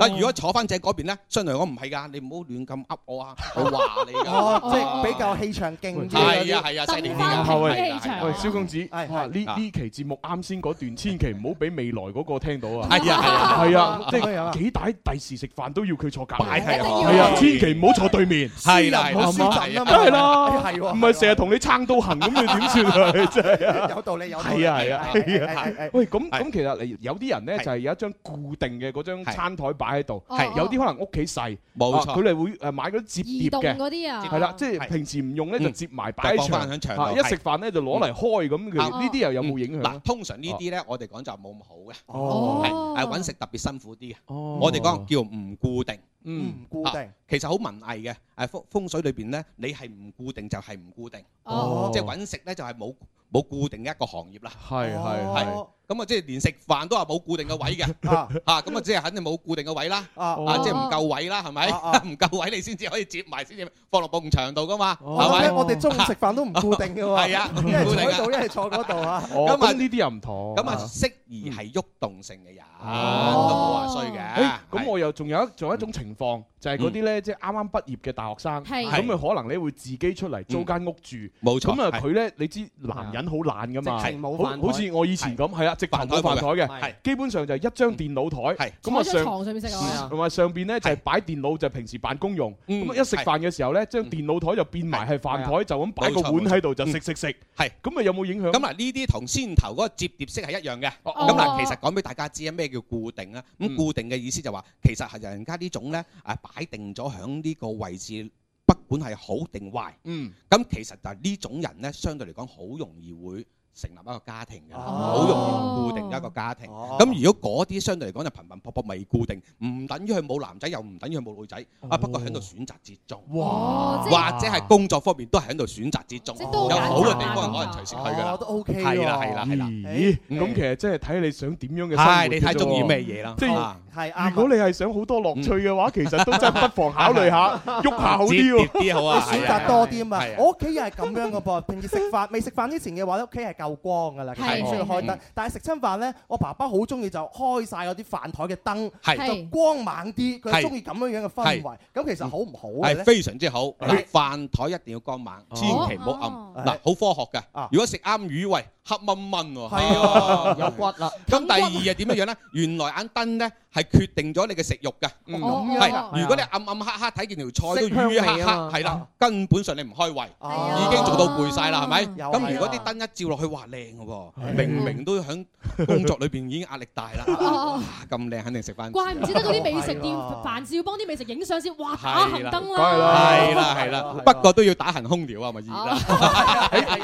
但如果坐翻正嗰邊咧，相對嚟講唔係㗎，你唔好亂咁噏我啊，我話你哦，即㗎。啊係比較氣場勁啲嗰啲。係啊係啊，犀利啲 啊㗎。喂係啊喂，蕭公子，係哇！呢啊呢期節目啱先嗰段，千祈唔好俾未來嗰個聽到啊！係啊係啊係啊，即咁樣係幾大第時食飯都要佢坐隔離，à. 係啊係啊，千祈唔好坐對面，係啦係啦係嘛私人啊嘛梗係啦，係喎唔係成日同你撐到行咁，你點算啊？真係啊，à, 有道理有道理係啊係啊係係係係啊係！喂，咁咁其實你有啲人咧就係有一張固定嘅嗰張餐台擺喺度，係有啲可能屋企細，冇錯啊佢哋會誒買嗰啲摺移疊動嘅，嗰啲啊係啦，即係平時唔用咧就摺埋擺就喺嗯放返喺牆啊度一係食飯咧就攞嚟開咁，其實呢啲又有冇影響啊嗱咧，？通常呢啲咧，我哋講就冇咁好嘅，哦係係揾食特別辛苦啲嘅。哦我哋講叫唔固定，嗯唔固定啊其實好文藝嘅，誒風風水裏邊咧，你係唔固定就係唔固定，哦即係揾食咧就係冇冇固定一個行業啦。係係係。咁啊，即係連食飯都話冇固定嘅位嘅， 啊咁啊，即係肯定冇固定嘅位啦，啊啊，即係唔夠位啦，係咪？ 唔夠位你先至可以接埋，先至放落埲牆度噶嘛，哦我係諗咪咧，？我哋中午食飯都唔固定嘅喎，係啊一係唔固坐定啊喺度，一係坐嗰度啊。咁啊呢啲又唔同，咁啊，適宜係喐動性嘅人，都冇話衰嘅誒。咁我又仲有一仲有一種情況，就係嗰啲咧，即係啱啱畢業嘅大學生，係咁佢可能咧會自己出嚟租間屋住，冇錯咁啊，係佢咧，你知男人好懶噶嘛，直情冇好飯台好似我以前咁，係啊，直頭冇飯飯台嘅，基本上就係一張電腦台，咁坐啊喺張床上上面食啊，同埋上邊咧就係擺電腦，就平時辦公用。咁啊一食飯嘅時候咧，將電腦台就變埋係啊飯台，就咁擺個碗喺度就食食食。嗯係咁啊有冇影響？哦咁啊呢啲同先頭嗰個摺疊式係一樣嘅。咁嗱，其實講俾大家知啊，咩叫固定啊？嗯咁固定嘅意思就話，其實係人家呢種咧，誒擺定咗響呢個位置。不管係好定壞，嗯，咁其實就係呢種人咧，相對嚟講好容易會成立一個家庭嘅，哦好、容易固定一個家庭。咁、如果嗰啲相對嚟講就頻頻撲撲未固定，唔等於佢冇男仔，又唔等於佢冇女仔，啊不過喺度選擇之中，哦哇或即係者係工作方面都係喺度選擇之中，都好有好嘅簡單地方可能隨時去㗎啦，哦都 OK 喎係啦係啦係啦，咦，咁其實即係睇你想點樣嘅生活係你嘅啫睇喎中意咩嘢啦即啊嗯係係，如果你係想好多樂趣嘅話，其實都真係不妨考慮 下，喐下好啲摺疊喎。啲好 啊你選擇多啲啊嘛係啊係啊。我屋企又係咁樣嘅 噃，平時食飯未食飯之前嘅話，屋企係夠光㗎啦，其實係唔需要開燈嗯。但係食親飯咧，我爸爸好中意就開晒嗰啲飯台嘅燈，係就光猛啲，佢係嗯中意咁樣樣嘅氛圍。咁其實好唔好嘅係咧？哦非常之好。嗱，飯台一定要光猛，千祈唔好暗。嗱，好科學啊嘅。如果食啱魚，喂，黑掹掹喎。係啊，有骨啦。咁第二係點樣樣咧？原來眼燈咧係決定咗你嘅食慾嘅。嗯哦係如果你暗暗黑黑睇見條菜都色香魚黑味黑，啊嘛哦嗯係啦，根本上你唔開胃，已經做到攰晒啦，係咪？啊咁如果啲燈一照落去，哇，靚嘅喎！明明都喺工作裏邊已經壓力大啦，哦哇咁靚肯定食翻。哦怪唔之得嗰啲美食店凡事要幫啲美食影相先，啊哇打係行啦，燈係啦， 係啦。不過都要打行空調啊，咪而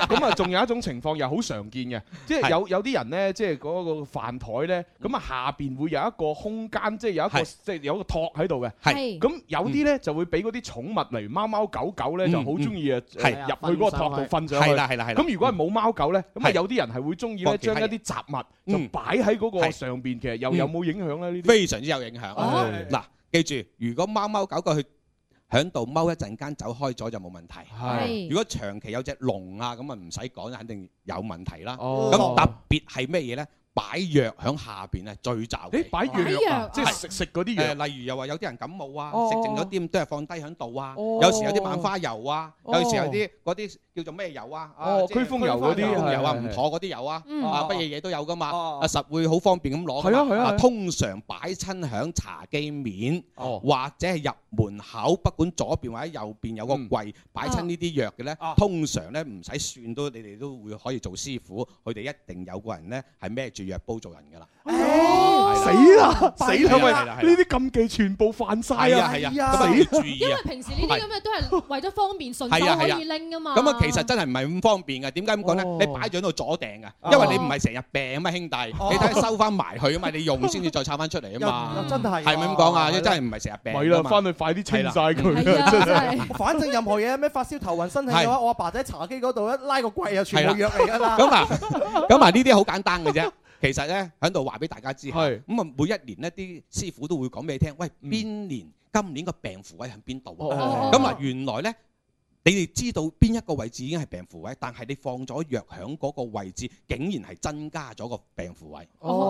家。 咁啊，仲有一種情況又好常見嘅，即係有有啲人咧，即係嗰個飯台咧，咁啊下邊會有一個空間，即係有一個即係有一個托喺度嘅。係咁有啲咧就會俾嗰啲寵物嚟貓貓狗狗咧，就好中意啊嗯係入去嗰個托度瞓上去。係啦係啦係啦咁如果係冇貓狗咧，咁啊係有啲人係會中意咧放其將他一嘢啲雜物就擺喺嗰個上邊，其實又有冇影響咧？呢啲嗯非常之有影響。哦嗱，記住，如果貓貓狗狗去喺度踎一陣間走開咗就冇問題。係如果長期有隻龍啊，咁啊唔使講，肯定有問題啦。哦咁特別係咩嘢咧？擺藥喺下邊咧最罩忌。誒，擺藥啊擺藥即係食食嗰啲藥誒例如又話有啲人感冒啊，哦食剩咗啲咁都係放低喺度啊。哦有時有啲萬花油啊，哦有時有啲嗰啲叫做咩油啊？啊哦即係驅風油嗰啲驅風油啊，係係唔妥嗰啲油啊嗯，哦啊，乜嘢嘢都有噶嘛。啊，實會好方便咁攞㗎係嘛。啊係啊係啊通常擺親響茶幾面，或者係入門口，不管左邊或者右邊有個櫃擺親呢啲藥嘅咧，通常咧唔使算都，你哋都會可以做師傅，佢哋一定有個人咧係孭住藥煲做人㗎啦。啊死啦死拜啦！喂，拜啦呢啲禁忌全部犯晒啊係啊！啊係啊咁啊要注意因啊為平時呢啲咁嘅都係為咗方便順係手啊可係啊以拎啊嘛。咁啊，其實真係唔係咁方便嘅。點解咁講咧？你擺咗喺度阻定嘅，因為你唔係成日病啊嘛，兄弟。你睇下收翻埋佢啊嘛，你用先至再抄翻出嚟啊 嘛。真係係咪咁講啊？真係唔係成日病㗎嘛。咪啦返去快啲清晒佢係啦真係 反正任何嘢咩發燒頭暈身體嘅話，我阿爸仔喺茶幾嗰度一拉個櫃又全部藥嚟㗎啦。咁 啊，咁啊，呢啲好簡單嘅啫。其實咧，喺度話俾大家知嚇，咁啊，每一年呢啲師傅都會講俾你聽，喂，嗯邊年今年個病符位喺邊度哦啊？咁啊，原來咧。你哋知道邊一個位置已經係病符位，但係你放咗藥響嗰個位置，竟然係增加咗個病符位。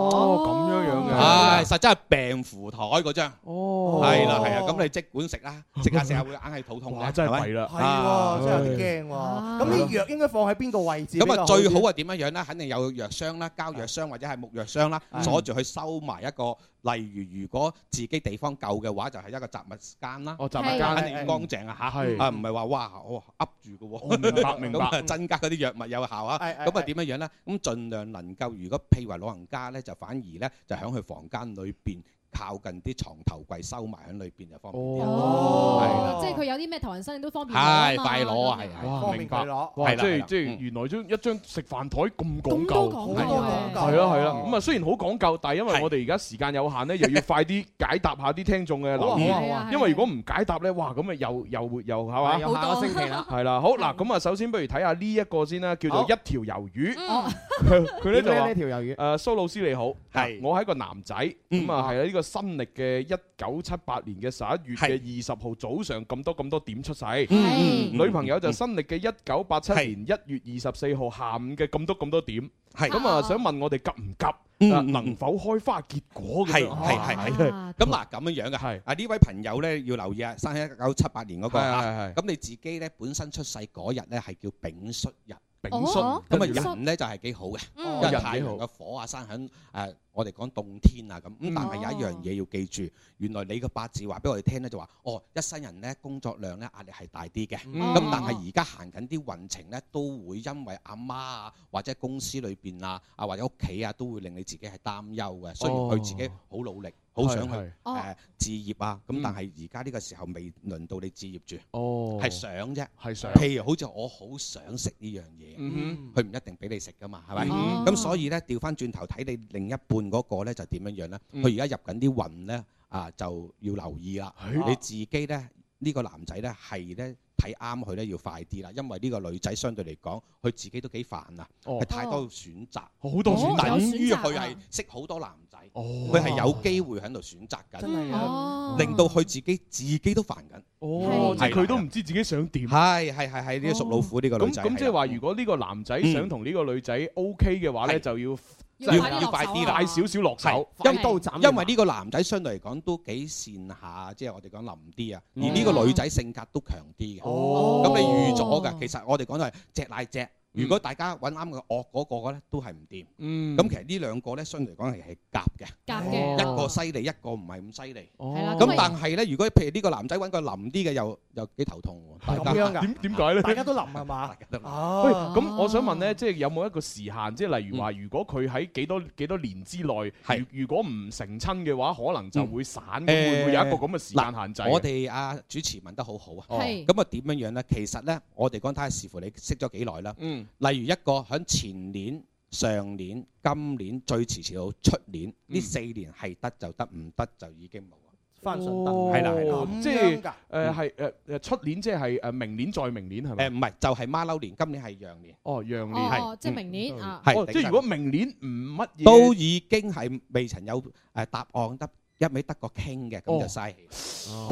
哦，咁樣樣嘅。唉，實真係病符台嗰張。哦係啦係啊，咁你即管食啦，食下食下會硬係肚痛嘅，哇啊真係咪弊啦係喎，真係有啲驚啊喎。咁啲藥應該放喺邊個位置？啊咁啊，最好係點樣樣咧？肯定有藥箱啦、膠藥箱或者係木藥箱啦，嗯鎖住佢收埋一個。例如，如果自己地方夠嘅話，就係一個雜物間啦。哦雜物間係肯定要乾淨啊嚇，係啊唔係話哇我噏住嘅哦喎。明白明白咁啊增加嗰啲藥物有效啊。係係咁啊係點樣樣咧？咁盡量能夠，如果譬如話老人家咧，就反而咧就喺佢房間裏邊靠近啲床頭櫃收埋喺裏邊就方便啲。哦係啦即係佢有啲咩頭暈身都方便攞啊係嘛快攞啊，係哇，係明白。哇，係啦即係-嗯係啦即係原來張-一張食飯台咁講究。講究嘅。啊係啊，係啊。咁啊，雖然好講究，但係因為我哋而家時間有限呢，又要快啲解答下啲聽眾嘅留言。好啊，好啊。因為如果唔解答呢，哇，咁啊又-又-又係嘛？又下個星期啦。係啦，好，嗱，咁啊，首先不如睇下呢一個先啦，叫做好。一條魷魚。哦。 佢呢啊點就咧話呢條魷魚？誒，蘇老師你好，我係一個男仔，咁啊，係喺呢個新歷嘅1978年嘅11月嘅20號早上咁多咁多點出世。嗯，嗯，嗯，女朋友就嗯。新歷嘅1987年1月24號下午嘅咁多咁多點。咁啊，想問我哋急唔急？啊，能否開花結果咁樣？啊係係係係。咁嗱咁樣樣嘅，啊呢位朋友咧要留意啊，生喺一九七八年嗰個係啊係係咁你自己咧本身出世嗰日咧係叫丙戌日，丙戌，哦咁丙戌啊人咧就係幾好嘅，嗯因為人太幾陽好嘅火啊、生響誒，我哋講動天啊咁。嗯咁但係有一樣嘢要記住，原來你嘅八字話俾我哋聽咧，就話哦，一生人咧工作量咧壓力係大啲嘅。嗯咁但係而家行緊啲運程咧，都會因為阿媽啊，或者公司裏邊啊，啊或者屋企啊，都會令你自己係擔憂嘅。雖然佢自己好努力，好想去哦係係誒置業啊，咁但係而家呢個時候未輪到你置業住。哦係想啫，係想譬如好似我好想食呢樣嘢，嗯佢唔一定俾你食噶嘛，係咪？嗯咁所以咧，調翻轉頭睇你另一半嗰個咧就點樣樣咧？嗯佢而家入緊啲運咧，啊就要留意啦。係你自己咧呢個男仔咧係咧睇啱佢咧要快啲啦，因為呢個女仔相對嚟講，佢自己都幾煩啊，哦佢太多選擇，好多選擇等於有選擇佢啊係識好多男仔，哦佢係有機會喺度選擇緊，真係啊哦令到佢自己自己都煩緊。哦，即係佢都唔知自己想點。係係係係呢個屬老虎呢個女仔咁咁即係話，如果呢個男仔想同呢個女仔 OK 嘅話咧，就要要要快啲啦，快少少落手，因因為呢個男仔相對嚟講都幾善下，即係我哋講林啲啊。而呢個女仔性格都強啲嘅，嗯哦咁你預咗㗎。其實我哋講到係隻賴隻，如果大家揾啱個惡嗰個咧，都係唔掂。嗯咁其實呢兩個咧，相對嚟講係係夾嘅，夾嘅哦一個犀利，一個唔係咁犀利。係啦咁咁但係咧，如果譬如呢個男仔揾個林啲嘅，又又幾頭痛喎。大咁家樣㗎？點點解咧？大家都冧係嘛？Ờ. 喂，Ờ. 咁我想問咧，即係有冇一個時限？即係例如話，如果佢喺幾多幾多年之內，如如果唔成親嘅話，可能就會散。咁會唔會有一個咁嘅時間限制嗱？我哋啊主持問得好好啊，係咁啊點樣樣咧？其實咧，我哋講睇下視乎你識咗幾耐啦。嗯，例如一個響前年、上年、今年最遲遲到出年呢四年係得就得，唔得就已經冇啦。翻順德係啦係啦，咁樣㗎誒係誒誒出年即係誒明年再明年係咪？誒唔係，就係孖騮年，今年係羊年。哦，羊年哦，即係明年啊，係哦頂即係實如果明年唔乜嘢都已經係未曾有誒答案得。一味得個傾嘅，咁就嘥氣。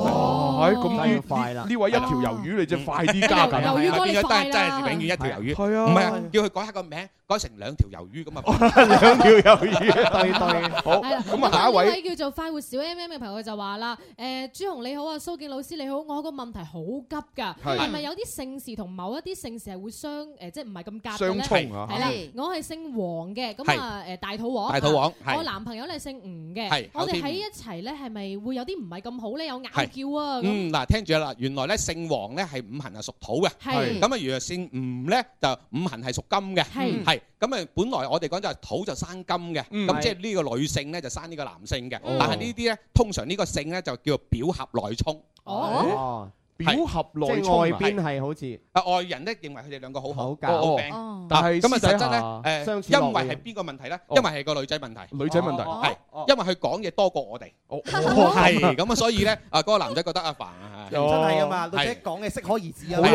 哦係咁呢呢呢位一條魷魚，你就快啲 加魷緊。魚哥你快啦！真係永遠一條魷魚。係啊，唔係啊，叫佢改下個名，改成兩條魷魚咁啊。 兩條魷魚。 對對好係啦，咁啊下一位呢位叫做快活小 M M 嘅朋友就話啦：，誒朱紅你好啊，蘇敬老師你好，我有個問題好急㗎，係係咪有啲姓氏同某一啲姓氏係會相誒，即係唔係咁夾嘅相咧？沖啊係啦係，我係姓黃嘅，咁啊誒大肚王，大肚王啊係我男朋友咧姓吳係嘅，我考哋天喺吳一齊咧係咪會有啲唔係咁好咧？有拗叫係啊咁。嗯，嗱，聽住啦，原來咧姓黃咧係五行係屬土嘅，係咁啊，原來姓吳咧就五行係屬金嘅，係係咁啊，本來我哋講就係土就生金嘅，嗯咁即係呢個女性咧就生呢個男性嘅哦，但係呢啲咧通常呢個姓咧就叫做表合內衝。哦，表合啊即係外邊係好似啊外人咧認為佢哋兩個好好搞好哦 friend，但係咁啊私底實下相質處落咧誒，因為去係邊個問題咧？因為係個女仔問題，女仔問題哦係因為佢講嘢多過我哋， 哦係咁啊，所以咧啊嗰個男仔覺得阿凡啊，真係㗎嘛，女仔講嘅適可而止啊，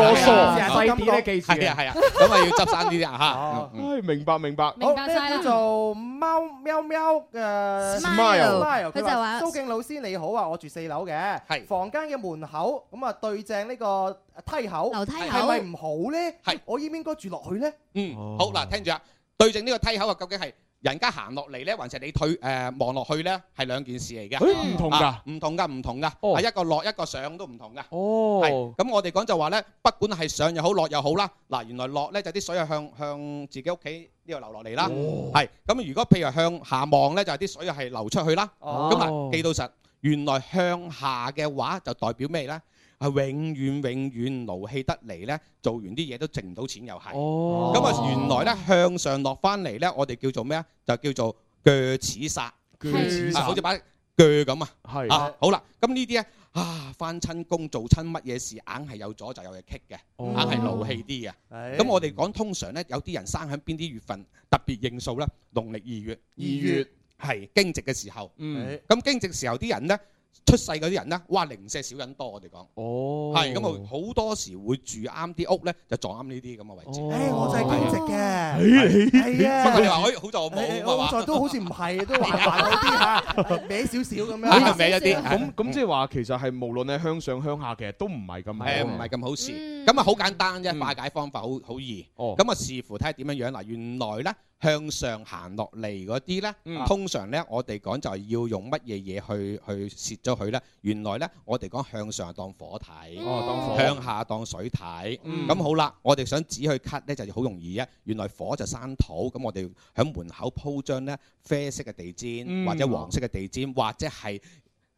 成日都咁講係啊係啊，咁啊要執生呢啲啊嚇。唉，明白明白。好，呢個叫做貓喵喵呃嘅 Smile Smile，佢佢就話話：蘇敬老師你好啊，我住四樓嘅，房間嘅門口咁啊對正呢個呃梯口，樓梯口係咪唔好咧？係，我應唔應該住落去咧？嗯，好嗱，聽住啊，對正呢個梯口啊，究竟係人家行落嚟咧，還是你退誒望落去咧，係兩件事嚟嘅。誒唔同㗎啊唔同㗎，唔同㗎，啊一個落一個上都唔同㗎。哦，咁我哋講就話咧，不管係上又好，落又好啦。嗱，原來落咧就啲水係向向自己屋企呢度流落嚟啦。哦係咁，如果譬如向下望咧，就係啲水係流出去啦。哦咁嗱，記到實，原來向下嘅話就代表咩咧？係永遠永遠勞氣得嚟咧，做完啲嘢都剩唔到錢又係。哦咁啊，原來咧向上落翻嚟咧，我哋叫做咩啊？就叫做鋸齒煞。鋸齒煞啊好似把鋸咁啊。係啊，好啦，咁呢啲咧啊，翻親工做親乜嘢事，硬係有咗就有嘢棘嘅，哦硬係勞氣啲嘅。係咁我哋講通常咧，有啲人生喺邊啲月份特別應數咧？農曆二月，二月係驚蛰嘅時候。嗯咁驚蛰時候啲人咧，出世嗰啲人咧，哇零舍少人多，我哋講。哦係咁啊，好多時會住啱啲屋咧，就撞啱呢啲咁嘅位置。誒，我就係兼職 À, 嘅，係係不過啊，你話哎好在我冇係嘛好在都好似唔係，都還還好啲嚇，歪少少咁樣，係 歪一啲 À, 咁 ừ. 咁即係話其實係無論係向上向下，其實都唔係咁嗯係啊唔係咁好哦事。咁啊好簡單啫，化解方法好好易。咁啊視乎睇下點樣樣嗱，原來咧向上行落嚟嗰啲呢，嗯通常呢，我哋講就係要用乜嘢嘢去去蝕咗佢呢？原來呢，我哋講向上係當火睇，哦當火向下當水睇。咁、嗯好啦，我哋想指去咳呢，就好容易啫。原來火就生土，咁我哋喺門口鋪張呢啡色嘅地氈，嗯或者黃色嘅地氈，或者係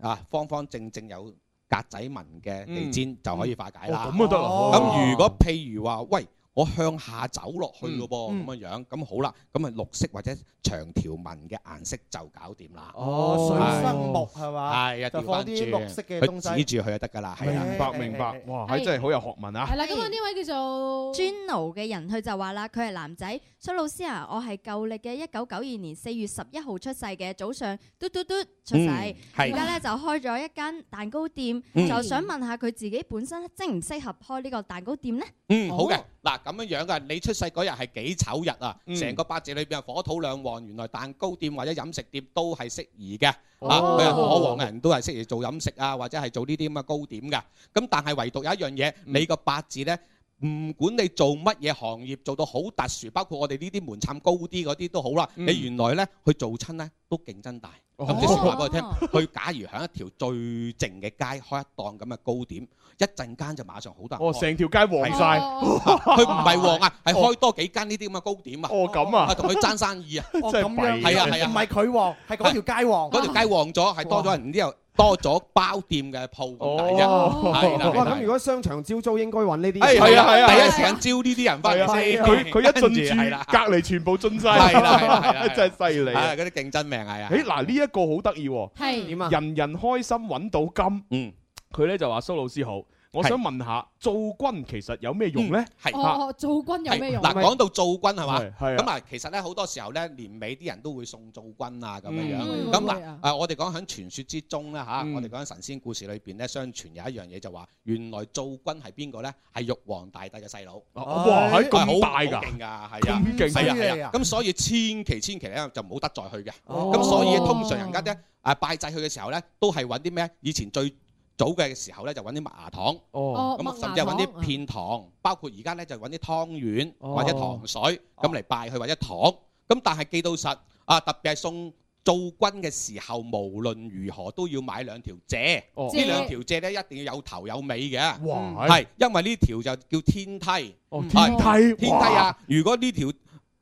啊方方正正有格仔紋嘅地氈、嗯就可以化解啦。哦咁就得啦哦咁如果譬如話，喂，我向下走落去嘅噃，咁嗯樣樣，咁好啦，咁咪綠色或者長條紋嘅顏色就搞掂啦。哦水生木係係嘛係啊，就調放翻啲轉，綠色嘅東西佢指住佢就得㗎啦。係啊啦明白明白，哇！係真係好有學問啊！係啦，咁啊呢位叫做 Juno 嘅人，佢就話啦，佢係男仔，所以老師嗯啊，我係舊歷嘅一九九二年四月十一號出世嘅，早上嘟嘟嘟出世嗯，而係家咧就開咗一間蛋糕店，嗯就想問下佢自己本身適唔適合開呢個蛋糕店呢？嗯，好嘅。嗱咁樣樣嘅，你出世嗰日係幾丑日啊？嗯成個八字裏邊係火土兩旺，原來蛋糕店或者飲食店都係適宜嘅。哦啊，佢係火旺嘅人都係適宜做飲食啊，或者係做呢啲咁嘅糕點嘅。咁但係唯獨有一樣嘢，你個八字呢，唔管你做乜嘢行業，做到好特殊，包括我哋呢啲門檻高啲嗰啲都好啦。嗯你原來呢，去做親呢，都競爭大。咁你話俾我聽，佢假如喺一條最靜嘅街開一檔咁嘅糕點，一陣間就馬上好多人哦，開成條街黃晒，哦佢唔係旺啊，係開多幾間呢啲咁嘅糕點啊。哦咁啊同佢爭生 意啊，哦咁樣，係啊係啊，唔係佢旺，係嗰條街旺。嗰條街旺咗，係多咗人之後多咗包店嘅鋪咁大啫，係啦。哦哇！咁如果商場招租應該揾呢啲，哦係係啊，第一時間招呢啲人翻係啊嚟先。佢佢一跟進駐，住係啦隔離全部進晒，係啦係啦 係啦真係犀利啊！係嗰啲競爭命係啊。誒嗱，呢一個好得意喎，係點啊人人開心揾到金，嗯，佢咧就話蘇老師好，我想問下做君其實有咩用咧？係哦，做軍有咩用？嗱，講到灶君係嘛？係係啊咁啊，其實咧好多時候咧，年尾啲人都會送灶君啊咁樣嗯樣。會咁會嗱啊，嗯誒我哋講喺傳說之中咧嚇，我哋講喺神仙故事裏邊咧，相傳有一樣嘢就話，原來灶君係邊個咧？係玉皇大帝嘅細佬。哦哇係咁係好大㗎好勁㗎，係啊，咁勁係啊犀利係啊。啊咁所以千祈千祈咧就唔好得罪佢嘅。哦咁所以通常人家咧誒拜祭佢嘅時候咧，都係揾啲咩？以前最早嘅時候咧就揾啲麥芽糖，哦咁啊甚麥芽至係揾糖啲片糖，包括而家咧就揾啲湯圓哦或者糖水咁嚟拜佢或者糖。咁但係記到實啊，特別係送灶君嘅時候，無論如何都要買兩條蔗。哦呢兩條蔗咧一定要有頭有尾嘅。哇係因為呢條就叫天梯。哦嗯天係梯哇天梯啊！如果呢條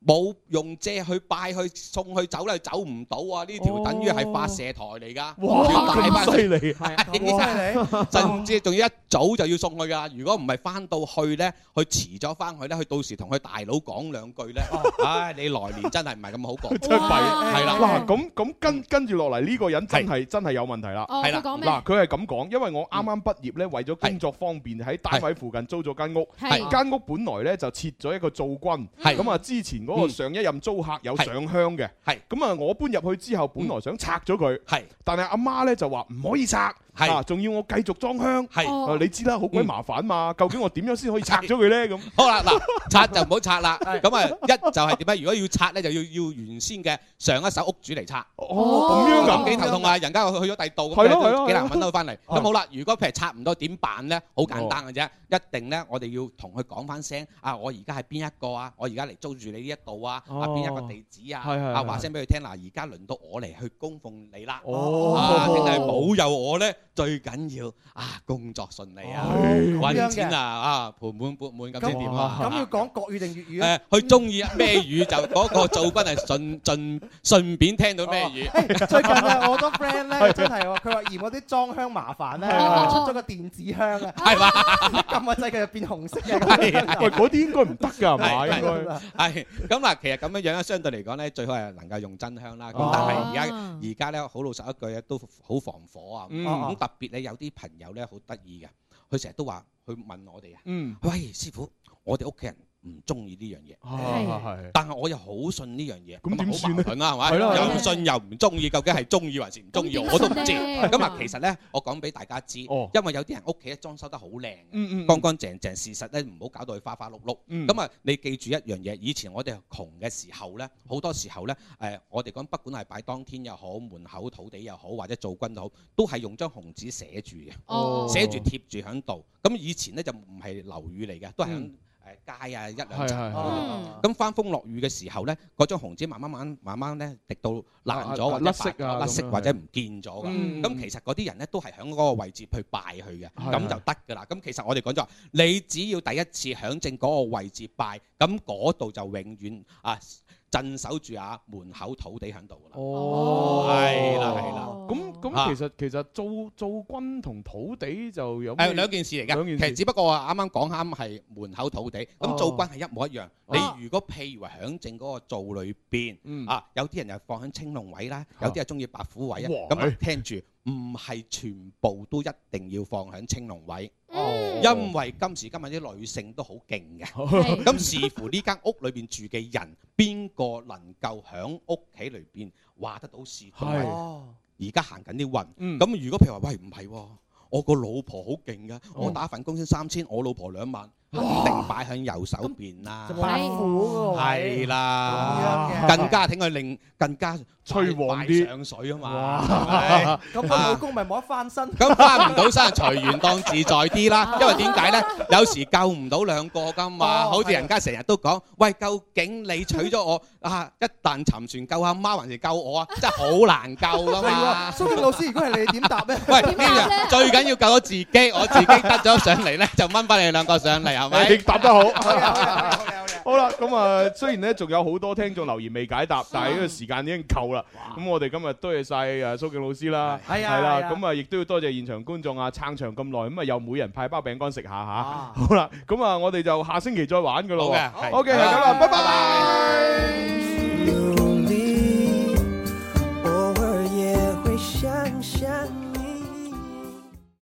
冇用蔗去拜去送去走咧，走唔到啊！呢條等於係發射台嚟㗎，哦哇要帶返啊咁犀利 甚至仲要一早就要送去㗎。如果唔係翻到去咧，佢遲咗翻去咧，佢到時同佢大佬講兩句咧，唉，你來年真係唔係咁好過，哦 真係弊，係啦，嗱咁咁跟跟住落嚟呢個人真係真係有問題啦，哦係啦佢講咩嗱佢係咁講，因為我啱啱畢業咧，為咗工作方便喺單位附近租咗間屋，係間屋本來咧就設咗一個灶君，係嗯咁啊之前嗰個上一任租客有上香嘅，係嗯咁啊我搬入去之後，本來想拆咗佢，係，但係阿媽咧就話唔可以拆，係啊仲要我繼續裝香，係嗯啊你知啦，好鬼麻煩嘛，究竟我點樣先可以拆咗佢咧咁？好啦， 嗱，拆就唔好拆啦。咁啊，一就係點咧？如果要拆咧，就要要原先嘅上一手屋主嚟拆。哦咁樣㗎幾頭痛啊！人家去咗第度，咁係咯係咯都幾難係咯揾到佢翻嚟。哦咁好啦，如果譬如拆唔到點辦咧？好簡單嘅啫，一定咧，我哋要同佢講翻聲啊！我而家係邊一個啊？我而家嚟租住你呢一度啊？啊哦邊一個地址啊？係係啊係話聲俾佢聽嗱，而家輪到我嚟去供奉你啦。哦啊，定係保佑我咧？最緊要啊，工作順利啊，哦咁樣揾嘅錢啊啊，盤滿缽滿咁先掂啊！咁要講國語定粵語啊誒，佢中意咩語就嗰個做軍係順順順便聽到咩語。哦 最近啊，我好多 friend 咧真係喎，佢話嫌我啲裝香麻煩咧，哦出咗個電子香啊，係嘛？撳個掣佢就變紅色嘅。喂嗰啲應該唔得㗎係嘛？係應該。係咁嗱，其實咁樣樣咧，相對嚟講咧，最好係能夠用真香啦。咁哦但係而家而家咧，好老實一句咧，都好防火啊。嗯咁特別咧，有啲朋友咧好得意嘅，佢成日都話佢問我哋啊，嗯喂師傅，我哋屋企人唔中意呢樣嘢。哦係係但係我又好信呢樣嘢，咁點算好咧矛盾啦，係咪？係咯係咯又信又唔中意，究竟係中意還是唔中意，咁點我都唔知。算咧咁啊，其實咧，我講俾大家知，因為有啲人屋企咧裝修得好靚嘅哦嗯嗯乾乾淨淨，事實咧唔好搞到佢花花碌碌。咁啊，你記住一樣嘢，以前我哋窮嘅時候咧，好多時候咧，誒，我哋講不管係擺當天又好，門口土地又好，或者做軍都好，都係用張紅紙寫住哦嘅，寫住貼住喺度。咁以前咧就唔係樓宇嚟嘅，都係喺嗯誒街啊，一兩係係係層。咁翻風落雨嘅時候咧，嗰張紅紙慢慢慢慢慢咧滴到爛咗啊或者甩色啊白咁咗甩色樣或者唔見咗㗎。嗯咁其實嗰啲人咧都係喺嗰個位置去拜佢嘅，係咁就得㗎啦。咁其實我哋講咗話，你只要第一次響正嗰個位置拜，咁嗰度就永遠啊鎮守住啊門口土地喺度㗎啦。哦係啦係啦。咁啊咁其實其實做做軍同土地就有誒咩兩件事嚟嘅，其實只不過我啱啱講啱係門口土地，哦咁做軍係一模一樣。你如果譬如話響正嗰個灶裏嗯邊啊，有啲人又放喺青龍位啦，有啲係中意白虎位啊，哇哎咁啊聽住，唔係全部都一定要放響青龍位。哦因為今時今日啲女性都好勁嘅，係咁視乎呢間屋裏邊住嘅人，邊個能夠響屋企裏邊話得到事同埋係而家行緊啲運。咁、如果譬如話，喂唔係喎，我個老婆好勁㗎，我打份工先三千，我老婆兩萬，肯定擺喺右手邊啦。係啦，更加挺佢令更加吹旺啲上水啊嘛。哇係咪咁個老公咪冇得翻身。咁翻唔到身，隨緣當自在啲啦。因為點解咧？有時救唔到兩個噶嘛。好似人家成日都講，喂，究竟你娶咗我啊？一旦沉船救阿媽，還是救我啊？真係好難救噶嘛。蘇敬老師，如果係你點答咧？喂，呢樣 最緊要救咗自己，我自己得咗上嚟咧，就掹翻你兩個上嚟，係咪？你答得好。好啦，咁啊，雖然咧仲有好多聽眾留言未解答，但係呢個時間已經夠啦。咁我哋今日多謝晒誒蘇敬老師啦，係啊係係啦，啊咁啊亦都要多謝現場觀眾啊撐場咁耐，咁啊又每人派包餅乾食下吓。好啦，咁啊我哋就下星期再玩噶咯好嘅喎。係啊 OK，係咁啦，拜拜。拜拜。